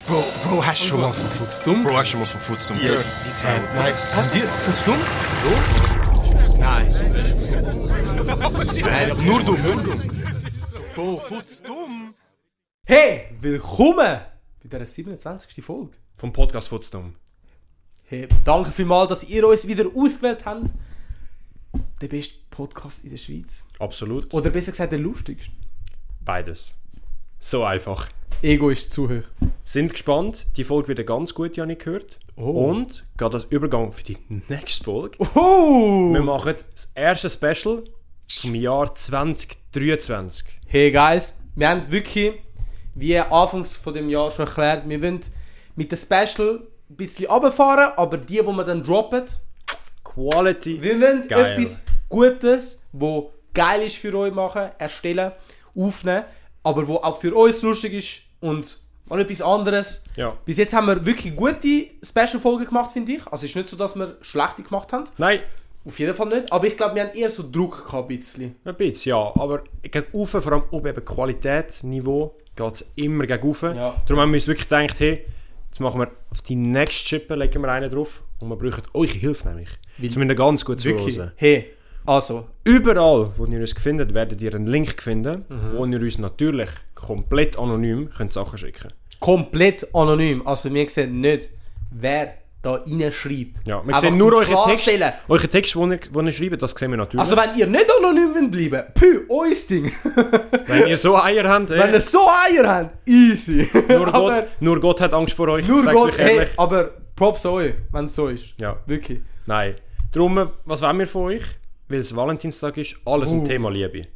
Bro, hast du schon mal von Futzdumpf? Bro, hast du schon mal von Futzum gehört? Die zwei. Nein. Haben die Futzdumpf? Nein. Nein, nur dumm. Bro, Futzdumpf? Hey, willkommen bei dieser 27. Folge. Vom Podcast Futzum. Hey, danke vielmals, dass ihr uns wieder ausgewählt habt. Der beste Podcast in der Schweiz. Absolut. Oder besser gesagt, der lustigste. Beides. So einfach. Ego ist zu hoch. Sind gespannt. Die Folge wieder ganz gut, Janik gehört. Oh. Und geht als Übergang für die nächste Folge. Oh! Wir machen das erste Special vom Jahr 2023. Hey guys, wir haben wirklich, wie anfangs von dem Jahr schon erklärt, wir wollen mit dem Special ein bisschen runterfahren, aber die, die wir dann droppen, Quality. wir wollen Geil. etwas Gutes, wo geil ist für euch machen, erstellen, aufnehmen, aber wo auch für uns lustig ist und auch etwas anderes. Ja. Bis jetzt haben wir wirklich gute Special-Folgen gemacht, finde ich. Also es ist nicht so, dass wir schlechte gemacht haben. Nein, Auf jeden Fall nicht. Aber ich glaube, wir haben eher so Druck gehabt, ein bisschen. ein bisschen, ja. Aber gegen rauf, vor allem ob eben Qualität, Niveau, geht es immer gegen rauf. Ja. Darum haben wir uns wirklich gedacht, hey, jetzt machen wir auf die nächste Schippe, legen wir einen drauf und wir brauchen eure Hilfe nämlich. Jetzt müssen wir ganz gut Wirklich. zuhören. Hey, also, Überall, wo ihr uns findet, werdet ihr einen Link finden, Mhm. wo ihr uns natürlich komplett anonym könnt Sachen schicken komplett anonym. Also wir sehen nicht, wer da reinschreibt. Ja, wir Einfach sehen nur zum eure Texte, Klarstellen. eure Texte, die ihr, die ihr schreibt, das sehen wir natürlich. Also wenn ihr nicht anonym wollt bleiben, pü, euer Ding. Wenn ihr so Eier habt, ey, wenn ihr so Eier habt, easy. nur, aber, Gott, nur Gott hat Angst vor euch, nur sag's Gott, euch hey, ehrlich. aber Props euch, wenn es so ist. Ja, Wirklich. nein. Darum, was wollen wir von euch? Weil es Valentinstag ist, alles Uh. um Thema Liebe.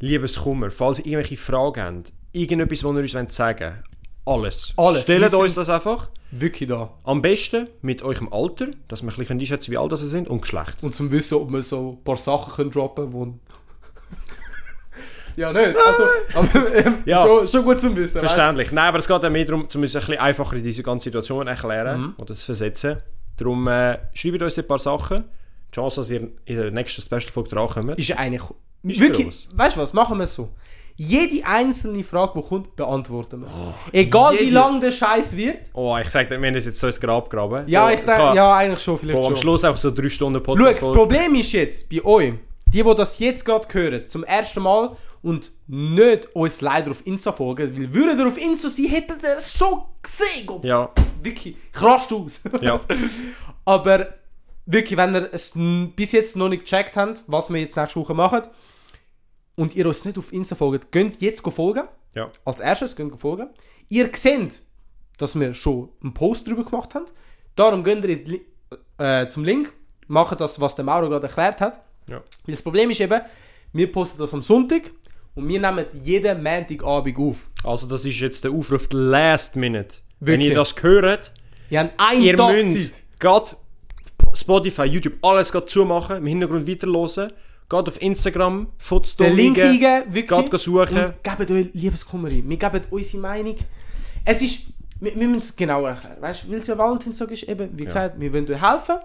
Liebeskummer, falls ihr irgendwelche Fragen habt, irgendetwas, was ihr uns wollt sagen wollt, alles. Alles. Wir Stellt sind- uns das einfach. Wirklich da. Am besten mit eurem Alter, dass wir ein bisschen einschätzen können, wie alt ihr sind und Geschlecht. Und zum Wissen, ob wir so ein paar Sachen können droppen können, die... ja, nicht. Also, aber, ähm, Ja. schon, schon gut zum Wissen. weißt? Verständlich. Nein, aber es geht auch mehr darum, um uns ein bisschen einfacher in diese ganze Situation erklären Mhm. oder zu versetzen. Darum äh, schreibt uns ein paar Sachen. Die Chance, dass ihr in der nächsten Special Folge drankommt. Ist eigentlich. Ist wirklich, gross. weißt du was, machen wir es so. Jede einzelne Frage, die kommt, beantworten wir. Egal wie Oh, jede. lang der Scheiß wird. Oh, ich sag dir, wir haben uns jetzt so ins Grab gegraben. Ja, ich Oh, es denke, kann- ja, eigentlich schon, vielleicht Wo am schon. Schluss auch so drei Stunden Schau, das Podcast folgt. Problem ist jetzt bei euch, die, die das jetzt gerade hören, zum ersten Mal und nicht uns leider auf Insta folgen, weil würdet ihr auf Insta sein, hättet ihr es schon gesehen. Gott. Ja, Wirklich, ich rast aus. ja. Aber wirklich, wenn ihr es n- bis jetzt noch nicht gecheckt habt, was wir jetzt nächste Woche machen, und ihr uns nicht auf Insta folgt, könnt jetzt go folgen. ja. Als erstes könnt ihr folgen. Ihr seht, dass wir schon einen Post darüber gemacht haben. Darum geht ihr in die Li- äh, zum Link, macht das, was der Mauro gerade erklärt hat. ja. Weil das Problem ist eben, wir posten das am Sonntag und wir nehmen jeden Montagabend auf. Also, das ist jetzt der Aufruf Last Minute. Wenn Wirklich. ihr das hört, Ihr habt einen ihr Tag müsst Zeit. grad Spotify, YouTube, alles grad zumachen, im Hintergrund weiterhören, geht auf Instagram, Fotos den Link eingeben, wirklich. Geht suchen. Und gebt euch Liebeskummer ein. Wir geben unsere Meinung. Es ist... Wir, wir müssen es genauer erklären, weißt du? Weil es ja Valentinstag ist, eben, wie gesagt, wir wollen euch helfen.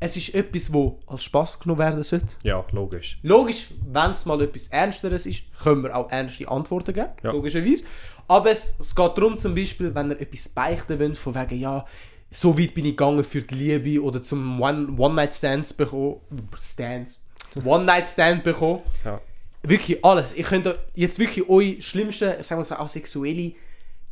Es ist etwas, wo als Spaß genommen werden sollte. Ja, logisch. Logisch, wenn es mal etwas Ernsteres ist, können wir auch ernste Antworten geben, Ja. logischerweise. Aber es, es geht darum, zum Beispiel, wenn ihr etwas beichten wollt, von wegen, ja, so weit bin ich gegangen für die Liebe oder zum One- One-Night-Stands bekommen. Stands. One-Night-Stand bekommen. Ja. Wirklich alles. Ihr könnt jetzt wirklich eure schlimmsten, sagen wir so, auch sexuelle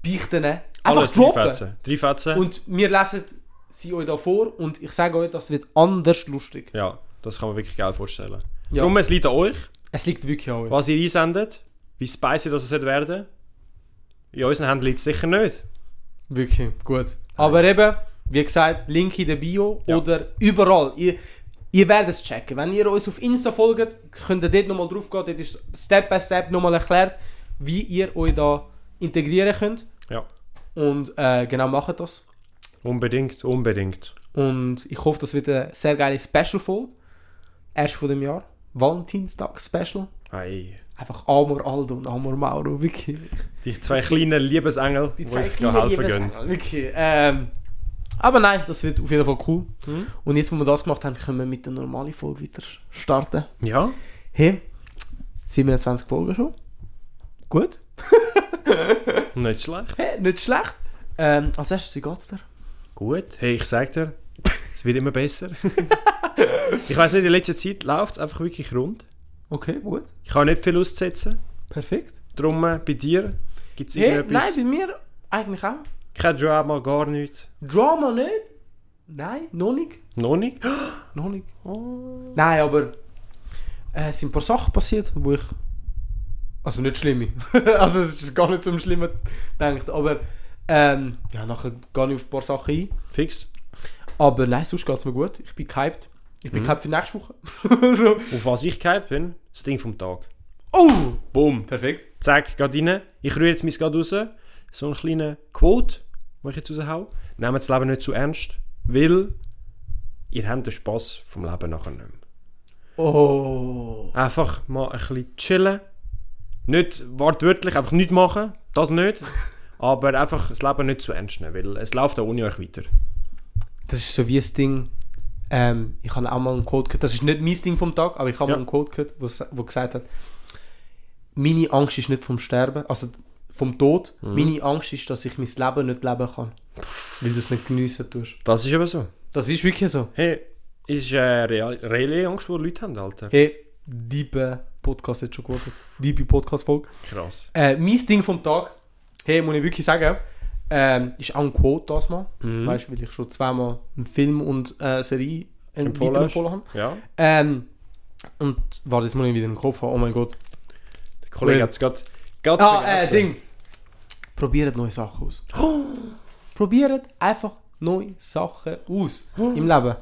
Beichten nehmen. einfach Alles drei droppen. Fetzen. Drei Fetzen. Und wir lesen sie euch da vor und ich sage euch, das wird anders lustig. ja, das kann man wirklich geil vorstellen. Ja. Darum, es liegt an euch, Es liegt wirklich an euch. was ihr einsendet, wie spicy das es werden sollte. In unseren Händen liegt es sicher nicht. Wirklich, gut. Aber eben, wie gesagt, Link in der Bio Ja. oder überall. Ihr, ihr werdet es checken. Wenn ihr uns auf Insta folgt, könnt ihr dort nochmal drauf gehen. Dort ist Step by Step nochmal erklärt, wie ihr euch da integrieren könnt. Ja, Und äh, genau, macht das. unbedingt, unbedingt. Und ich hoffe, das wird eine sehr geile Special-Folge. Erst von dem Jahr. Valentinstag-Special. Ei. Einfach Amor Aldo und Amor Mauro, wirklich. Die zwei kleinen Liebesengel, die, Zwei sich noch kleine helfen Liebesengel, können. Wirklich. Ähm, aber nein, das wird auf jeden Fall cool. Und jetzt, wo wir das gemacht haben, können wir mit der normalen Folge wieder starten. Ja, Hey, 27 Folgen schon. Gut. nicht schlecht. Hey, nicht schlecht. Ähm, als erstes, wie geht's dir? Gut, hey, ich sag dir, es wird immer besser. ich weiß nicht, in letzter Zeit läuft es einfach wirklich rund. Okay, gut. Ich kann nicht viel aussetzen. Perfekt. Darum, äh, bei dir gibt es Hey, nein, irgendetwas. bei mir eigentlich auch. Kein Drama, gar nichts. Drama nicht? Nein, noch nicht. Noch nicht? Noch nicht. Nein, aber äh, es sind ein paar Sachen passiert, wo ich. Also nicht schlimme. also es ist gar nicht zum Schlimmen gedacht. Aber ähm, ja, nachher gehe ich auf ein paar Sachen ein. Fix. Aber nein, sonst geht es mir gut. Ich bin gehypt. Ich bin gehypt für nächste Woche. so. Auf was ich gehypt bin, das Ding vom Tag. Oh! Boom. Perfekt. Zack, geht rein. Ich rühre jetzt mein gerade raus. So einen kleinen Quote, den ich jetzt raushau. Nehmt das Leben nicht zu ernst, weil ihr habt den Spass vom Leben nachher nicht mehr. Oh. Einfach mal ein bisschen chillen. Nicht wortwörtlich, einfach nichts machen. Das nicht. Aber einfach das Leben nicht zu ernst nehmen, weil es läuft auch ohne euch weiter. Das ist so wie das Ding. Ähm, ich habe auch mal einen Quote gehört. Das ist nicht mein Ding vom Tag, aber ich habe Ja. mal einen Quote gehört, wo, s- wo gesagt hat: Meine Angst ist nicht vom Sterben, also vom Tod. Mhm. Meine Angst ist, dass ich mein Leben nicht leben kann. Weil du es nicht geniessen tust. Das ist eben so. Das ist wirklich so. Hey, ist eine real- reelle Angst, die Leute haben, Alter. Hey, diebe Podcast jetzt schon geworden. Diebe Podcast-Folge. Krass. Äh, mein Ding vom Tag, hey, muss ich wirklich sagen, ähm, ist auch ein Quote das mal. Mhm. Weißt du, weil ich schon zweimal einen Film und äh, eine Serie Empfohlen empfohlen, hast. empfohlen habe. Ja. Ähm, und warte, jetzt muss ich wieder im Kopf haben. Oh mein Gott. Der Kollege Cool. hat es gerade gerade Ah, äh, vergessen. Ding. Probiert neue Sachen aus. Probiert einfach neue Sachen aus im Leben.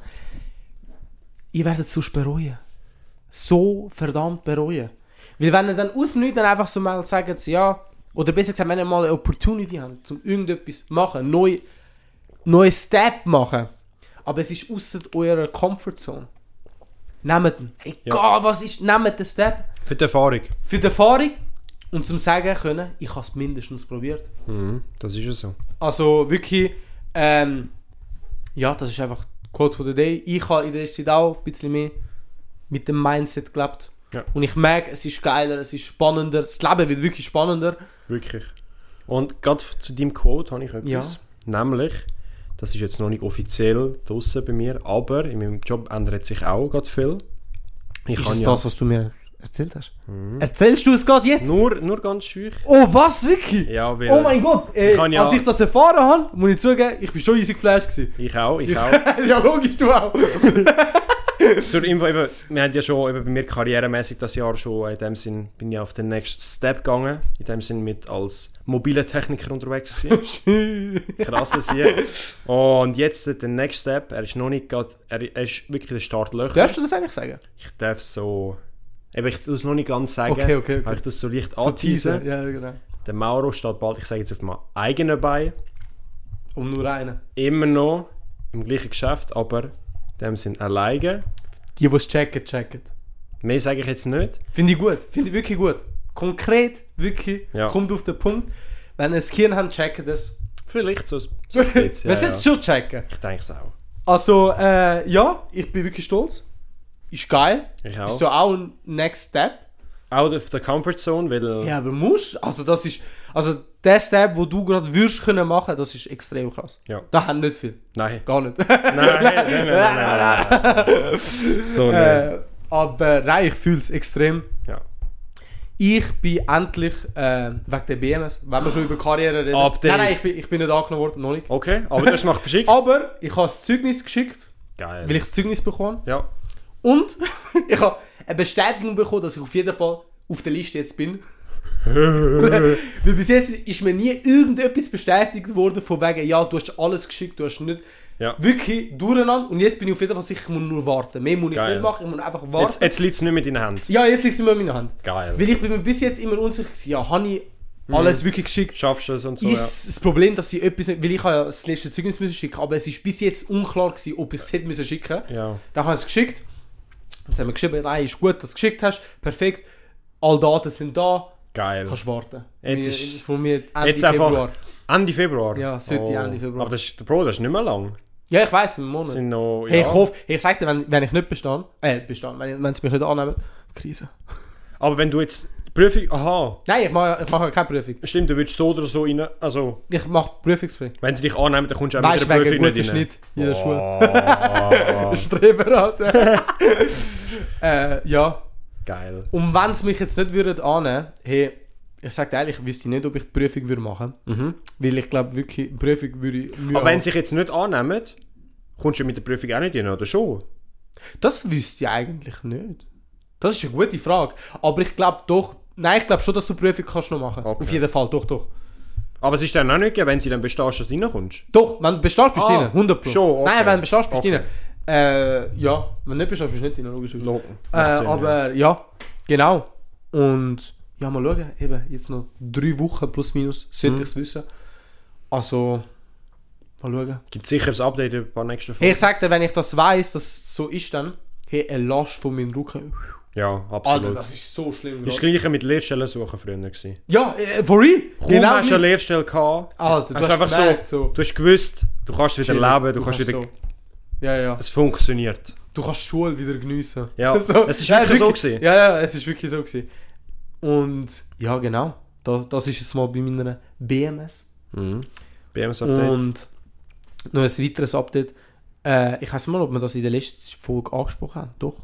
Ihr werdet es sonst bereuen. So verdammt bereuen. Weil wenn ihr dann aus dem Nichts dann einfach so mal sagt, ja, oder besser gesagt, wenn ihr mal eine Opportunity habt, um irgendetwas zu machen, neu, neue Step machen, aber es ist außer eurer Comfortzone. Nehmt ihn. Egal was ist, nehmt den Step Für die Erfahrung. für die Erfahrung und zum sagen können, ich habe es mindestens probiert. Mhm, das ist ja so. Also wirklich, ähm, ja, das ist einfach die Quote von der Day. Ich habe in der ersten Zeit auch ein bisschen mehr mit dem Mindset gelebt. Ja. Und ich merke, es ist geiler, es ist spannender, das Leben wird wirklich spannender. Wirklich. Und gerade f- zu deinem Quote habe ich etwas. Ja. Nämlich, das ist jetzt noch nicht offiziell draußen bei mir, aber in meinem Job ändert sich auch gerade viel. Ich Ist kann das ja das, was du mir erzählt hast? Erzählst du es gerade jetzt? Mhm. nur, nur ganz schüch. Oh, was? Wirklich? Ja, weil Oh mein Gott, äh, Ich kann ja- als ich das erfahren habe, muss ich zugeben, ich bin schon easy geflasht. gewesen. ich auch, ich auch. ja, logisch, du auch. Zur Info, eben, wir haben ja schon eben bei mir karrieremäßig das Jahr schon, äh, in dem Sinn bin ich auf den nächsten Step gegangen. In dem Sinn mit als mobiler Techniker unterwegs gewesen. Krasses hier. Und jetzt äh, der Next Step, er ist noch nicht gerade, er er ist wirklich der Startlöcher. Darfst du das eigentlich sagen? Ich darf so. Eben, ich muss es noch nicht ganz sagen. Okay, okay, okay. Aber ich tue es so leicht So anteasen. teasen. Ja, genau. Der Mauro steht bald, ich sage jetzt auf meinem eigenen Bein. Um nur einen. Immer noch im gleichen Geschäft, aber in dem sind alleine. Die, die es checken, checken. Mehr sage ich jetzt nicht. Finde ich gut. Finde ich wirklich gut. Konkret, wirklich. Ja. Kommt auf den Punkt. Wenn ihr das Gehirn habt, checkt es. Vielleicht so, ein- so ein bisschen. Wir ja, sind ja. schon checken. Ich denke es auch. Also, äh, ja, ich bin wirklich stolz. Ist geil. Ich auch. Ist so auch ein Next Step. Out of the comfort zone, weil Ja, aber musst. Also, das ist. Also, der Step, den du gerade würdest können machen, das ist extrem krass. Ja. Da haben nicht viel. Nein. Gar nicht. Nein, nein, nein, nein, nein, nein, nein. So nicht. äh, aber nein, ich fühle es extrem. ja. Ich bin endlich äh, wegen der BMS, wenn wir schon über Karriere reden. Update. Nein, nein, ich bin, ich bin nicht angenommen worden, noch nicht. Okay, aber du hast mich verschickt. Aber ich habe das Zeugnis geschickt, Geil. weil Oh. ich das Zeugnis bekommen ja. Und ich habe eine Bestätigung bekommen, dass ich auf jeden Fall auf der Liste jetzt bin. weil bis jetzt ist mir nie irgendetwas bestätigt worden von wegen, ja, du hast alles geschickt, du hast nicht... Ja. Wirklich durcheinander. Und jetzt bin ich auf jeden Fall sicher, ich muss nur warten. Mehr muss ich Geil. nicht machen, ich muss einfach warten. Jetzt, jetzt liegt es nicht mit in der Hand. Ja, jetzt liegt es immer in meiner Hand. Geil. Weil ich bin mir bis jetzt immer unsicher gewesen, ja, habe ich alles wirklich geschickt? Schaffst du es und Mhm. so. ja. ist das Problem, dass ich etwas nicht, weil ich habe ja das letzte Zeugnis müssen schicken, aber es ist bis jetzt unklar gewesen, ob ich es hätte müssen schicken. Ja. Dann habe ich es geschickt. Jetzt haben wir geschrieben, nein, ist gut, dass du es geschickt hast, perfekt. Alle Daten sind da, Geil. kannst warten. Jetzt Mir- ist- von mir Ende Jetzt einfach Februar. Ende Februar. Oh. Ja, sollte Ende Februar. Aber das ist, Bro, das ist nicht mehr lang. Ja, ich weiß, im Monat. Das sind noch, hey, ja. ich hoffe, hey, ich sag dir, wenn, wenn ich nicht bestand, äh, bestand, wenn, wenn sie mich nicht annehmen, Krise. Aber wenn du jetzt Prüfung, aha. Nein, ich mache, ich mache keine Prüfung. Stimmt, du würdest so oder so rein. Also, Ich mache prüfungsfrei. wenn sie dich annehmen, dann kommst du auch Weißt du, mit einer wegen Prüfung guter nicht rein. Schnitt in der Schule. Oh, Streber, Alter. äh, ja. geil. Und wenn sie mich jetzt nicht würden annehmen, hey, ich sag dir ehrlich, ich wüsste nicht, ob ich die Prüfung würde machen würde. Weil ich glaube wirklich, die Prüfung würde ich Mühe Mhm. Aber wenn haben. sie sich jetzt nicht annehmen, kommst du mit der Prüfung auch nicht rein, oder schon? Das wüsste ich eigentlich nicht. Das ist eine gute Frage. Aber ich glaube doch, nein, ich glaube schon, dass du die Prüfung kannst noch machen. Okay. Auf jeden Fall, doch, doch. Aber es ist dann auch nicht gegeben, wenn sie dann bestehst, dass du reinkommst. Doch, wenn du bestehst, bist du Ah, drin. 100 Pro. schon, okay. Nein, wenn du bestehst, bist du Okay. drin. Äh, ja, wenn du nicht bestehst, bist du nicht drin, logisch. Lo- Äh, macht Sinn, ja. aber ja, genau. Und ja, mal schauen, eben, jetzt noch drei Wochen plus minus, sollte ich's ich es wissen. Also, mal schauen. Gibt sicher das Update über ein paar nächste Folgen. Hey, ich sag dir, wenn ich das weiß, dass es so ist, dann, hey, eine Last von meinem Rücken. Ja, absolut. ist so schlimm. ist das Grad. gleiche mit Lehrstellen suchen früher gewesen. Ja, äh, for real? Kaum hast du eine Lehrstelle gehabt, Alter, du hast du hast einfach gemerkt, so, so. du hast gewusst, du kannst wieder leben, du, kannst hast wieder, so- Ja, ja. es funktioniert. Du kannst Schule wieder geniessen. Ja, es ist wirklich so gewesen. Ja, ja, es ist wirklich so gewesen. Und ja, genau. Das, das ist jetzt mal bei meiner BMS. BMS-Update. Und noch ein weiteres Update. Äh, ich weiß nicht mal, ob wir das in der letzten Folge angesprochen haben. Doch.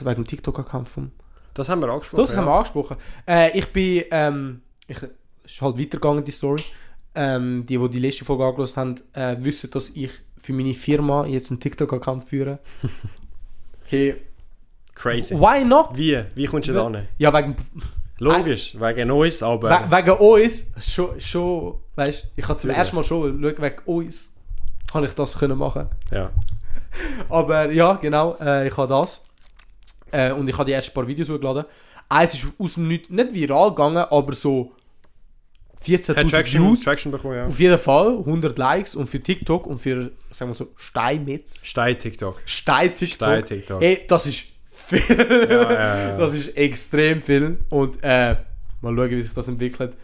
Wegen dem TikTok-Account vom. das haben wir angesprochen. Doch, das haben wir angesprochen. Äh, ich bin. Ähm, ich, es ist halt weitergegangen, die Story. Ähm, die, die die letzte Folge angeschaut haben, äh, wissen, dass ich für meine Firma jetzt einen TikTok-Account führe. hey, ja. Crazy. why not? Wie? Wie kommst du da hin? Ja, wegen, Logisch, wegen uns, aber we, wegen uns, schon, schon, weißt ich habe zum Natürlich. ersten Mal schon schauen, wegen uns kann ich das können machen. ja. Aber ja, genau, äh, ich habe das. Äh, und ich habe die ersten paar Videos hochgeladen. Eins ist aus dem Nichts nicht viral gegangen, aber so Hat 14.000 Traction, Views. Traction bekommen, ja. Auf jeden Fall 100 Likes und für TikTok und für, sagen wir so, Steinmetz. Stein TikTok. Stein-TikTok. Stein TikTok. Hey, das ist viel. Ja, ja, ja. Das ist extrem viel. Und äh, mal schauen, wie sich das entwickelt.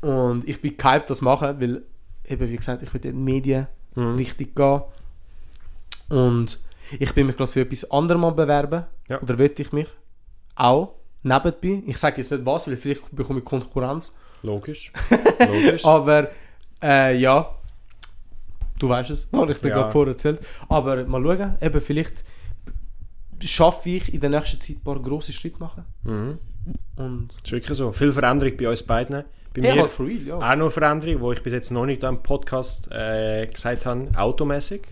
Und ich bin gehypt, das machen, weil eben, wie gesagt, ich will in die Medien Mhm. richtig gehen. Und ich bin mich gerade für etwas anderem am bewerben. Ja. Oder will ich mich auch nebenbei. Ich sage jetzt nicht was, weil vielleicht bekomme ich Konkurrenz. Logisch. Logisch. Aber äh, ja, du weißt es, habe ich dir Ja. gerade vorher erzählt. Aber mal schauen, eben vielleicht schaffe ich in der nächsten Zeit ein paar grosse Schritte machen. Mhm. Und ist wirklich so. Viel Veränderung bei uns beiden. hey, Bei mir Ah. halt for real, ja. auch noch Veränderung, wo ich bis jetzt noch nicht da im Podcast äh, gesagt habe, automäßig.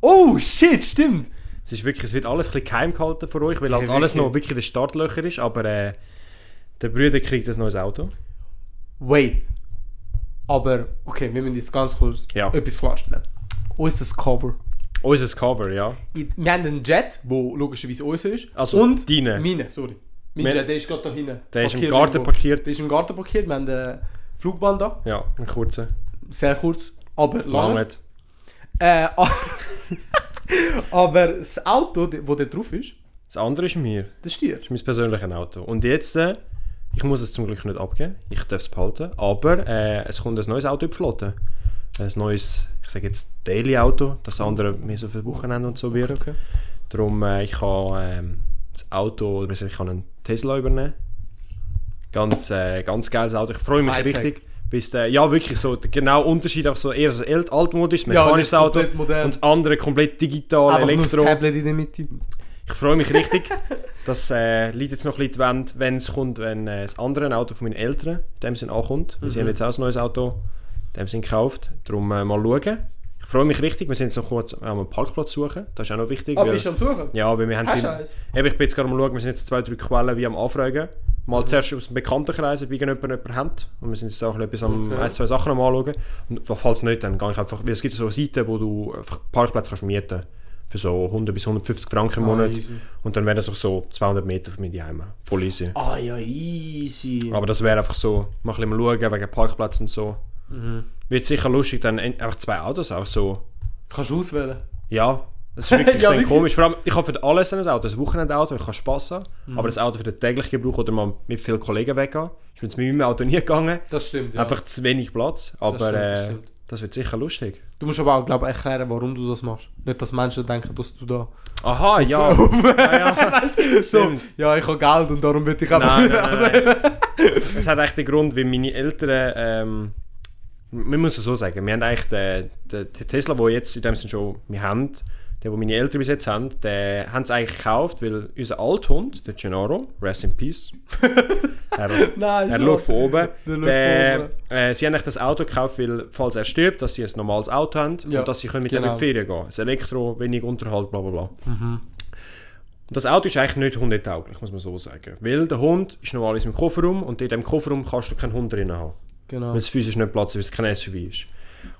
Oh shit, stimmt! Es ist wirklich, es wird alles ein bisschen geheim gehalten von euch, weil halt Ja, alles wirklich. noch wirklich in den Startlöcher ist, aber äh, der Brüder kriegt ein neues Auto. Wait. Aber, okay, wir müssen jetzt ganz kurz Ja. etwas klarstellen. Unser Cover. Unser Cover, ja. I- Wir haben einen Jet, der logischerweise unser ist. Also, und deine. meine, sorry. Mein Wir- Jet, der ist gerade da hinten. Der ist im Parkiert Garten irgendwo. parkiert. Der ist im Garten parkiert. Wir haben eine Flugbahn da. Ja, einen kurzen. Sehr kurz, aber lang. Lange. Äh, a- aber das Auto, de- wo der drauf ist, Das andere ist mir. das ist dir. ist mein persönliches Auto. Und jetzt, äh, ich muss es zum Glück nicht abgeben, ich darf es behalten, aber äh, es kommt ein neues Auto in die Flotte. Ein neues, ich sage jetzt Daily-Auto, das andere mehr so für Wochenende und so wird. Darum, äh, ich kann ähm, das Auto, oder besser, ich kann einen Tesla übernehmen. Ganz, äh, ganz geiles Auto, ich freue mich Hightech. richtig. Bis der, ja, wirklich so, der genaue Unterschied, auch so eher so alt- altmodisches, Ja, mechanisches das ist Auto komplett und modern. das andere komplett digital, Aber nur das Elektro. Tablet in der Mitte. Ich freue mich richtig. Das äh, liegt jetzt noch ein bisschen die Wand, wenn es kommt, wenn äh, das andere Auto von meinen Eltern in dem Sinn ankommt. Weil Sie Mhm. haben jetzt auch ein neues Auto in dem Sinn gekauft. Darum äh, mal schauen. Ich freue mich richtig. Wir sind jetzt noch kurz am Parkplatz suchen. Das ist auch noch wichtig. Ah, weil- bist du am Suchen? ja, weil wir haben... Hast du beim- eins? Eben, ich bin jetzt gerade mal schauen. Wir sind jetzt zwei, drei Quellen wie am Anfragen. Mal Mhm. zuerst aus dem Bekanntenkreis, ob irgendjemand jemanden hat. Und wir sind jetzt auch ein bisschen am Okay. ein, zwei Sachen am anschauen. Und falls nicht, dann gehe ich einfach... Weil es gibt so Seiten, wo du einfach Parkplätze kannst mieten Für so 100 bis 150 Franken im Ah, Monat. easy. Und dann wäre das auch so 200 Meter von mir daheim. Voll easy. Ah ja, easy. Aber das wäre einfach so, mal ein bisschen mal schauen wegen Parkplätzen und so. Mhm. Wird sicher lustig, dann en- einfach zwei Autos auch so. Kannst du auswählen? Ja, das ist wirklich, Ja, dann wirklich. komisch. Vor allem, ich habe für alles ein Auto, ein Wochenendauto, ich kann Spass haben. Mhm. Aber das Auto für den täglichen Gebrauch oder mal mit vielen Kollegen weggehen, ist mir jetzt mit meinem Auto nie gegangen. Das stimmt, ja. Einfach zu wenig Platz. das Aber stimmt, das äh, stimmt. Das wird sicher lustig. Du musst aber auch, glaube ich, erklären, warum du das machst. Nicht, dass Menschen denken, dass du da... Aha, ja. ja, ja. so, Stimmt. ja, ich habe Geld und darum würde ich Nein, nein, Also- nein, es, es hat echt den Grund, weil meine Eltern, ähm, wir müssen es so sagen, wir haben eigentlich den, den, den Tesla, den jetzt in dem Sinne schon, wir haben, den, den meine Eltern bis jetzt haben, den haben sie eigentlich gekauft, weil unser Althund, der Gennaro, rest in peace, er, Nein, er ist schaut von wahr. oben, Der schaut der, von oben. Äh, sie haben eigentlich das Auto gekauft, weil, falls er stirbt, dass sie ein normales Auto haben Ja, und dass sie können mit genau. Mhm. dem in die Ferien gehen Das Elektro, wenig Unterhalt, bla bla bla. Und das Auto ist eigentlich nicht hundetauglich, muss man so sagen. Weil der Hund ist normalerweise im Kofferraum und in diesem Kofferraum kannst du keinen Hund drin haben. Genau. Weil es physisch nicht Platz ist, weil es kein SUV ist.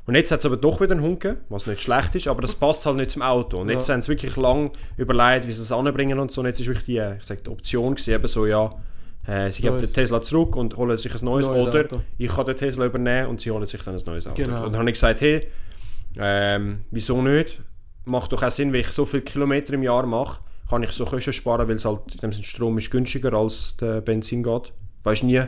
Und jetzt hat es aber doch wieder einen Hund gegeben, was nicht schlecht ist, aber das passt halt nicht zum Auto. Und jetzt Ja. haben sie wirklich lange überlegt, wie sie es anbringen und so. Und jetzt ist wirklich die, äh, ich sag, die Option gewesen, eben so, ja, äh, sie geben Neues. den Tesla zurück und holen sich ein neues, Neues oder Auto. ich kann den Tesla übernehmen und sie holen sich dann ein neues Auto. Genau. Und dann habe ich gesagt, hey, ähm, wieso nicht? Macht doch auch Sinn, weil ich so viele Kilometer im Jahr mache, kann ich so Kosten sparen, weil es halt, in dem Sinne, Strom ist günstiger als der Benzin geht. Weißt nie,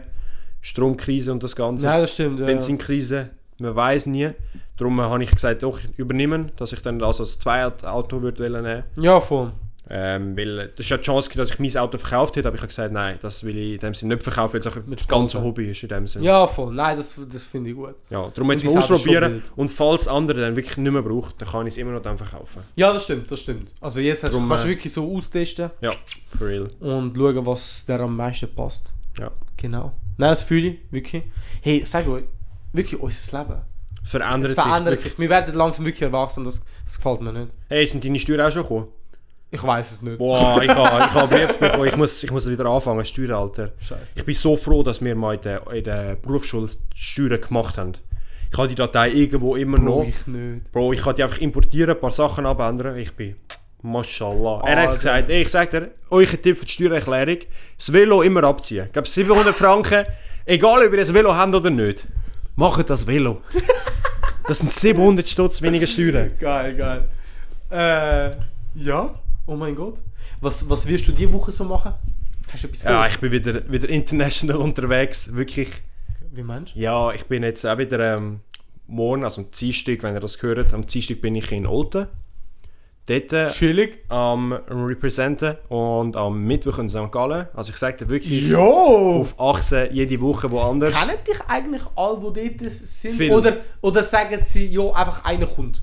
Stromkrise und das Ganze. Nein, das stimmt, ja. Benzinkrise, man weiß nie. Darum äh, habe ich gesagt, doch, ich übernehme, dass ich dann das als Zweiauto würde wollen nehmen. Ja, voll. Ähm, weil äh, das ist ja die Chance, gewesen, dass ich mein Auto verkauft hätte, aber ich habe gesagt, nein, das will ich in dem Sinne nicht verkaufen, weil es auch Mit das ganze Spalte. Hobby ist in dem Sinne. Ja, voll. Nein, das, das finde ich gut. Ja, darum jetzt Und mal die Sau ist schon ausprobieren wild. und falls andere dann wirklich nicht mehr braucht, dann kann ich es immer noch dann verkaufen. Ja, das stimmt, das stimmt. Also jetzt hast, Drum, kannst du äh, wirklich so austesten Ja, for real. und schauen, was dir am meisten passt. Ja. Genau. Nein, das fühle ich, wirklich. Hey, sag euch, wirklich unser Leben. Es Es verändert, verändert sich. sich. Wir werden langsam wirklich erwachsen und das, das gefällt mir nicht. Hey, sind deine Steuern auch schon gekommen? Ich weiß es nicht. Boah, ich habe ich hab Brief bekommen, Oh, ich muss, ich muss wieder anfangen, Steuern, Alter. Scheiße. Ich bin so froh, dass wir mal in der, in der Berufsschule Steuern gemacht haben. Ich habe die Datei irgendwo immer Bro, noch. ich nicht. Bro, ich kann die einfach importieren, ein paar Sachen abändern. Ich bin. Mashallah. er hat Alter. gesagt, ey, ich sag dir, euch ein Tipp für die Steuererklärung: das Velo immer abziehen. Ich glaube 700 Franken, egal ob ihr ein Velo habt oder nicht. Macht das Velo. Das sind 700 Stutz weniger Steuern. Geil, geil. Äh, ja? Oh mein Gott. Was, was wirst du diese Woche so machen? Hast du etwas vor? Ja, ich bin wieder, wieder international unterwegs. Wirklich. Wie meinst du? Ja, ich bin jetzt auch wieder ähm, morgen, also am Dienstag, wenn ihr das hört, am Dienstag bin ich in Olten. Dort äh, Chillig. am Representen und am Mittwoch in St. Gallen. Also ich sage dir wirklich, Jo! auf Achse jede Woche woanders. Kennen dich eigentlich alle, die dort sind? Viel. Oder, oder sagen sie, ja, einfach einer kommt?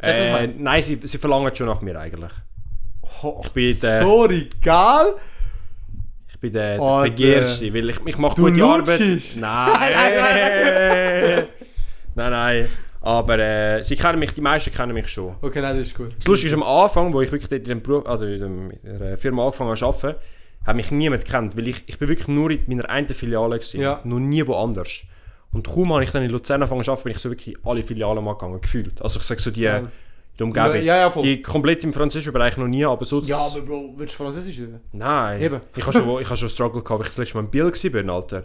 Sag das Äh, mal. nein, sie, sie verlangen schon nach mir eigentlich. Oh, ich bin der- Sorry, geil. Ich bin der, der Alter. Begehrste, weil ich, ich mache Du gute Arbeit. lutschst. Nein! nein, nein. Aber äh, sie kennen mich, die meisten kennen mich schon. Okay, nein, das ist gut. Das Lustige ist, am Anfang, wo ich wirklich dort in, dem Beruf, also in, dem, in der eh, Firma angefangen habe zu arbeiten, hat mich niemand gekannt, weil ich, ich bin wirklich nur in meiner einen Filiale gewesen, Ja. noch nie woanders. Und kaum habe ich dann in Luzern angefangen zu arbeiten, bin ich so wirklich alle Filialen mal gegangen, gefühlt. Also ich sage so die, eh, Ja. die Umgebung, Ja, ja, voll. die komplett im französischen Bereich noch nie, aber so Ja, aber Bro, willst du Französisch reden? Nein. Eben. Ich habe schon, ich habe schon Struggle gehabt, weil ich das letzte Mal in Biel gewesen bin, Alter.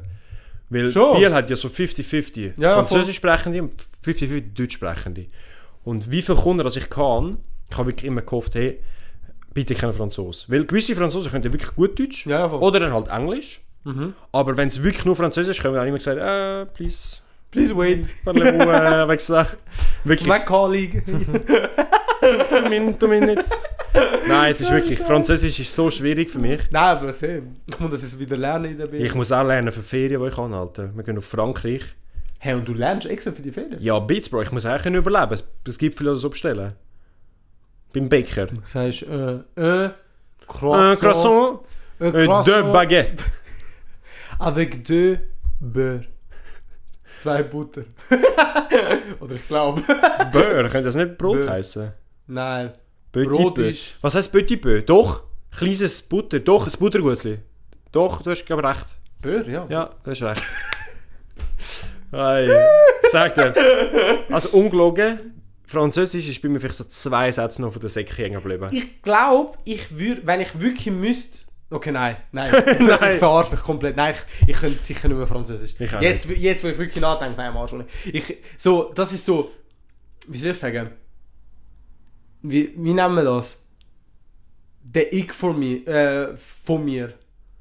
Weil Schon? Biel hat ja so 50-50 Ja, Französisch sprechende und 50-50 Deutsch sprechende. Und wie viele Kunden dass ich kann, ich habe wirklich immer gehofft, hey, bitte kein Franzose. Weil gewisse Franzosen können ja wirklich gut Deutsch Ja, ja, voll. Mhm. oder dann halt Englisch. Aber wenn es wirklich nur Französisch kommen, dann habe ich immer gesagt, äh, please, Please wait. parlez-vous, äh, weg da. Wirklich, My colleague. two min- two minutes. Nein, es ist wirklich, Französisch ist so schwierig für mich. nein, aber sehen. Ich muss das jetzt wieder lernen in der Bibel. Ich muss auch lernen für Ferien, die ich kann, Alter. Wir gehen auf Frankreich. Hey, und du lernst extra für die Ferien? Ja, Bits, Bro, ich muss auch können überleben. Es, es gibt viele, die so bestellen. Beim Bäcker. Du sagst, äh, äh, Un Croissant. croissant, Äh, äh, deux baguettes. Avec deux beurre. Zwei Butter. Oder ich glaube. Böhr, könnte das nicht Brot Beurre. heißen? Nein. Petit Brot Peu. ist- Was heißt Petit Peu? Doch, kleines Butter, doch, ein Buttergutzli. Doch, du hast glaub, recht. Beurre, ja. Ja, du hast recht. Ei, sagt er. Also ungelogen, Französisch ist bei mir vielleicht so zwei Sätze noch von der Säcke hängen geblieben. Ich glaube, ich würde, wenn ich wirklich müsste. Okay, nein, nein. nein. Ich verarsche mich komplett. Nein, ich, ich könnte sicher nicht mehr Französisch. Ich auch jetzt, jetzt, wo ich wirklich nachdenke, nein, Arsch, ohne. Ich, so, das ist so. Wie soll ich sagen? Wie, wie nennen wir das? Der Ich von mir. Äh, von mir.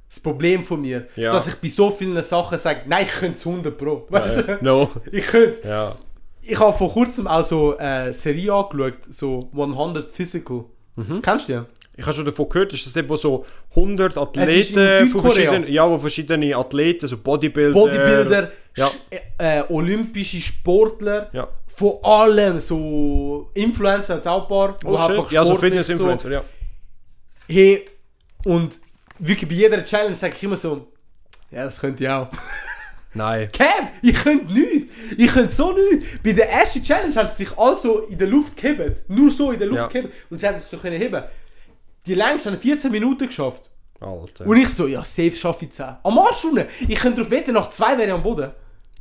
Das Problem von mir. Ja. Dass ich bei so vielen Sachen sage, nein, ich könnte es 100 Pro. Weißt du? Äh, No. Ich könnte es. Ja. ich habe vor kurzem auch so eine Serie angeschaut, so 100 Physical. Mhm. Kennst du die? Ich habe schon davon gehört, ist das dort, wo so 100 ist in Athleten von Südkorea. verschiedenen, ja, wo verschiedene Athleten, so Bodybuilder, Bodybuilder, ja. Sch- äh, olympische Sportler, Ja. vor allem so Influencer hat's auch ein paar, wo Oh, shit. einfach ja, so sportlich Fitness-Influencer, ja. Hey, und wirklich bei jeder Challenge sage ich immer so, ja, das könnte ich auch. Nein. Cap, ich könnte nichts. Ich könnte so nichts. Bei der ersten Challenge haben sie sich alle so in der Luft gehebt. Nur so in der Luft Ja. gehebt. Und sie haben sich so können heben. Die längste haben 14 Minuten geschafft. Alter. Und ich so, ja, safe schaffe ich 10. Am Arsch unten. Ich könnte drauf wetten, nach zwei wäre ich am Boden.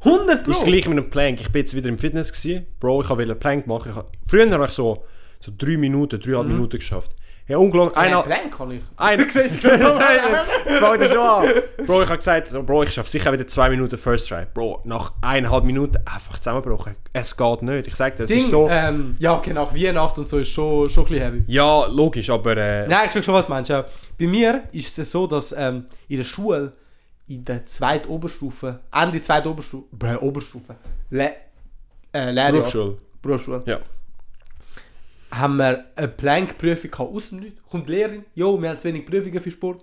100 Pro. Ist das gleiche mit einem Plank. Ich bin jetzt wieder im Fitness. Gewesen. Bro, ich wollte Plank machen. Ich hab... Früher habe ich so, so drei Minuten, dreieinhalb Minuten geschafft. Ja, unglaublich. Nein, Einer, Mhm. Plank kann ich. ein... Du siehst schon. Nein, Bro, das schon an. Bro, ich habe gesagt, so, Bro, ich schaffe sicher wieder zwei Minuten First Try. Bro, nach eineinhalb Minuten einfach zusammenbrochen. Es geht nicht. Ich sage dir, es Ding, ist so... ähm, ja, okay, nach Weihnachten und so ist schon, schon ein bisschen heavy. Ja, logisch, aber... Äh, Nein, ich sag schon was, meinst du? Bei mir ist es so, dass ähm, in der Schule, in der zweiten Oberstufe, Ende zweite Oberstufe, Bäh, Oberstufe, Le äh, Lehrjahr, Berufsschule. Berufsschule, Ja. haben wir eine Plankprüfung gehabt, aus dem Nichts. Kommt die Lehrerin, jo, wir haben zu wenig Prüfungen für Sport.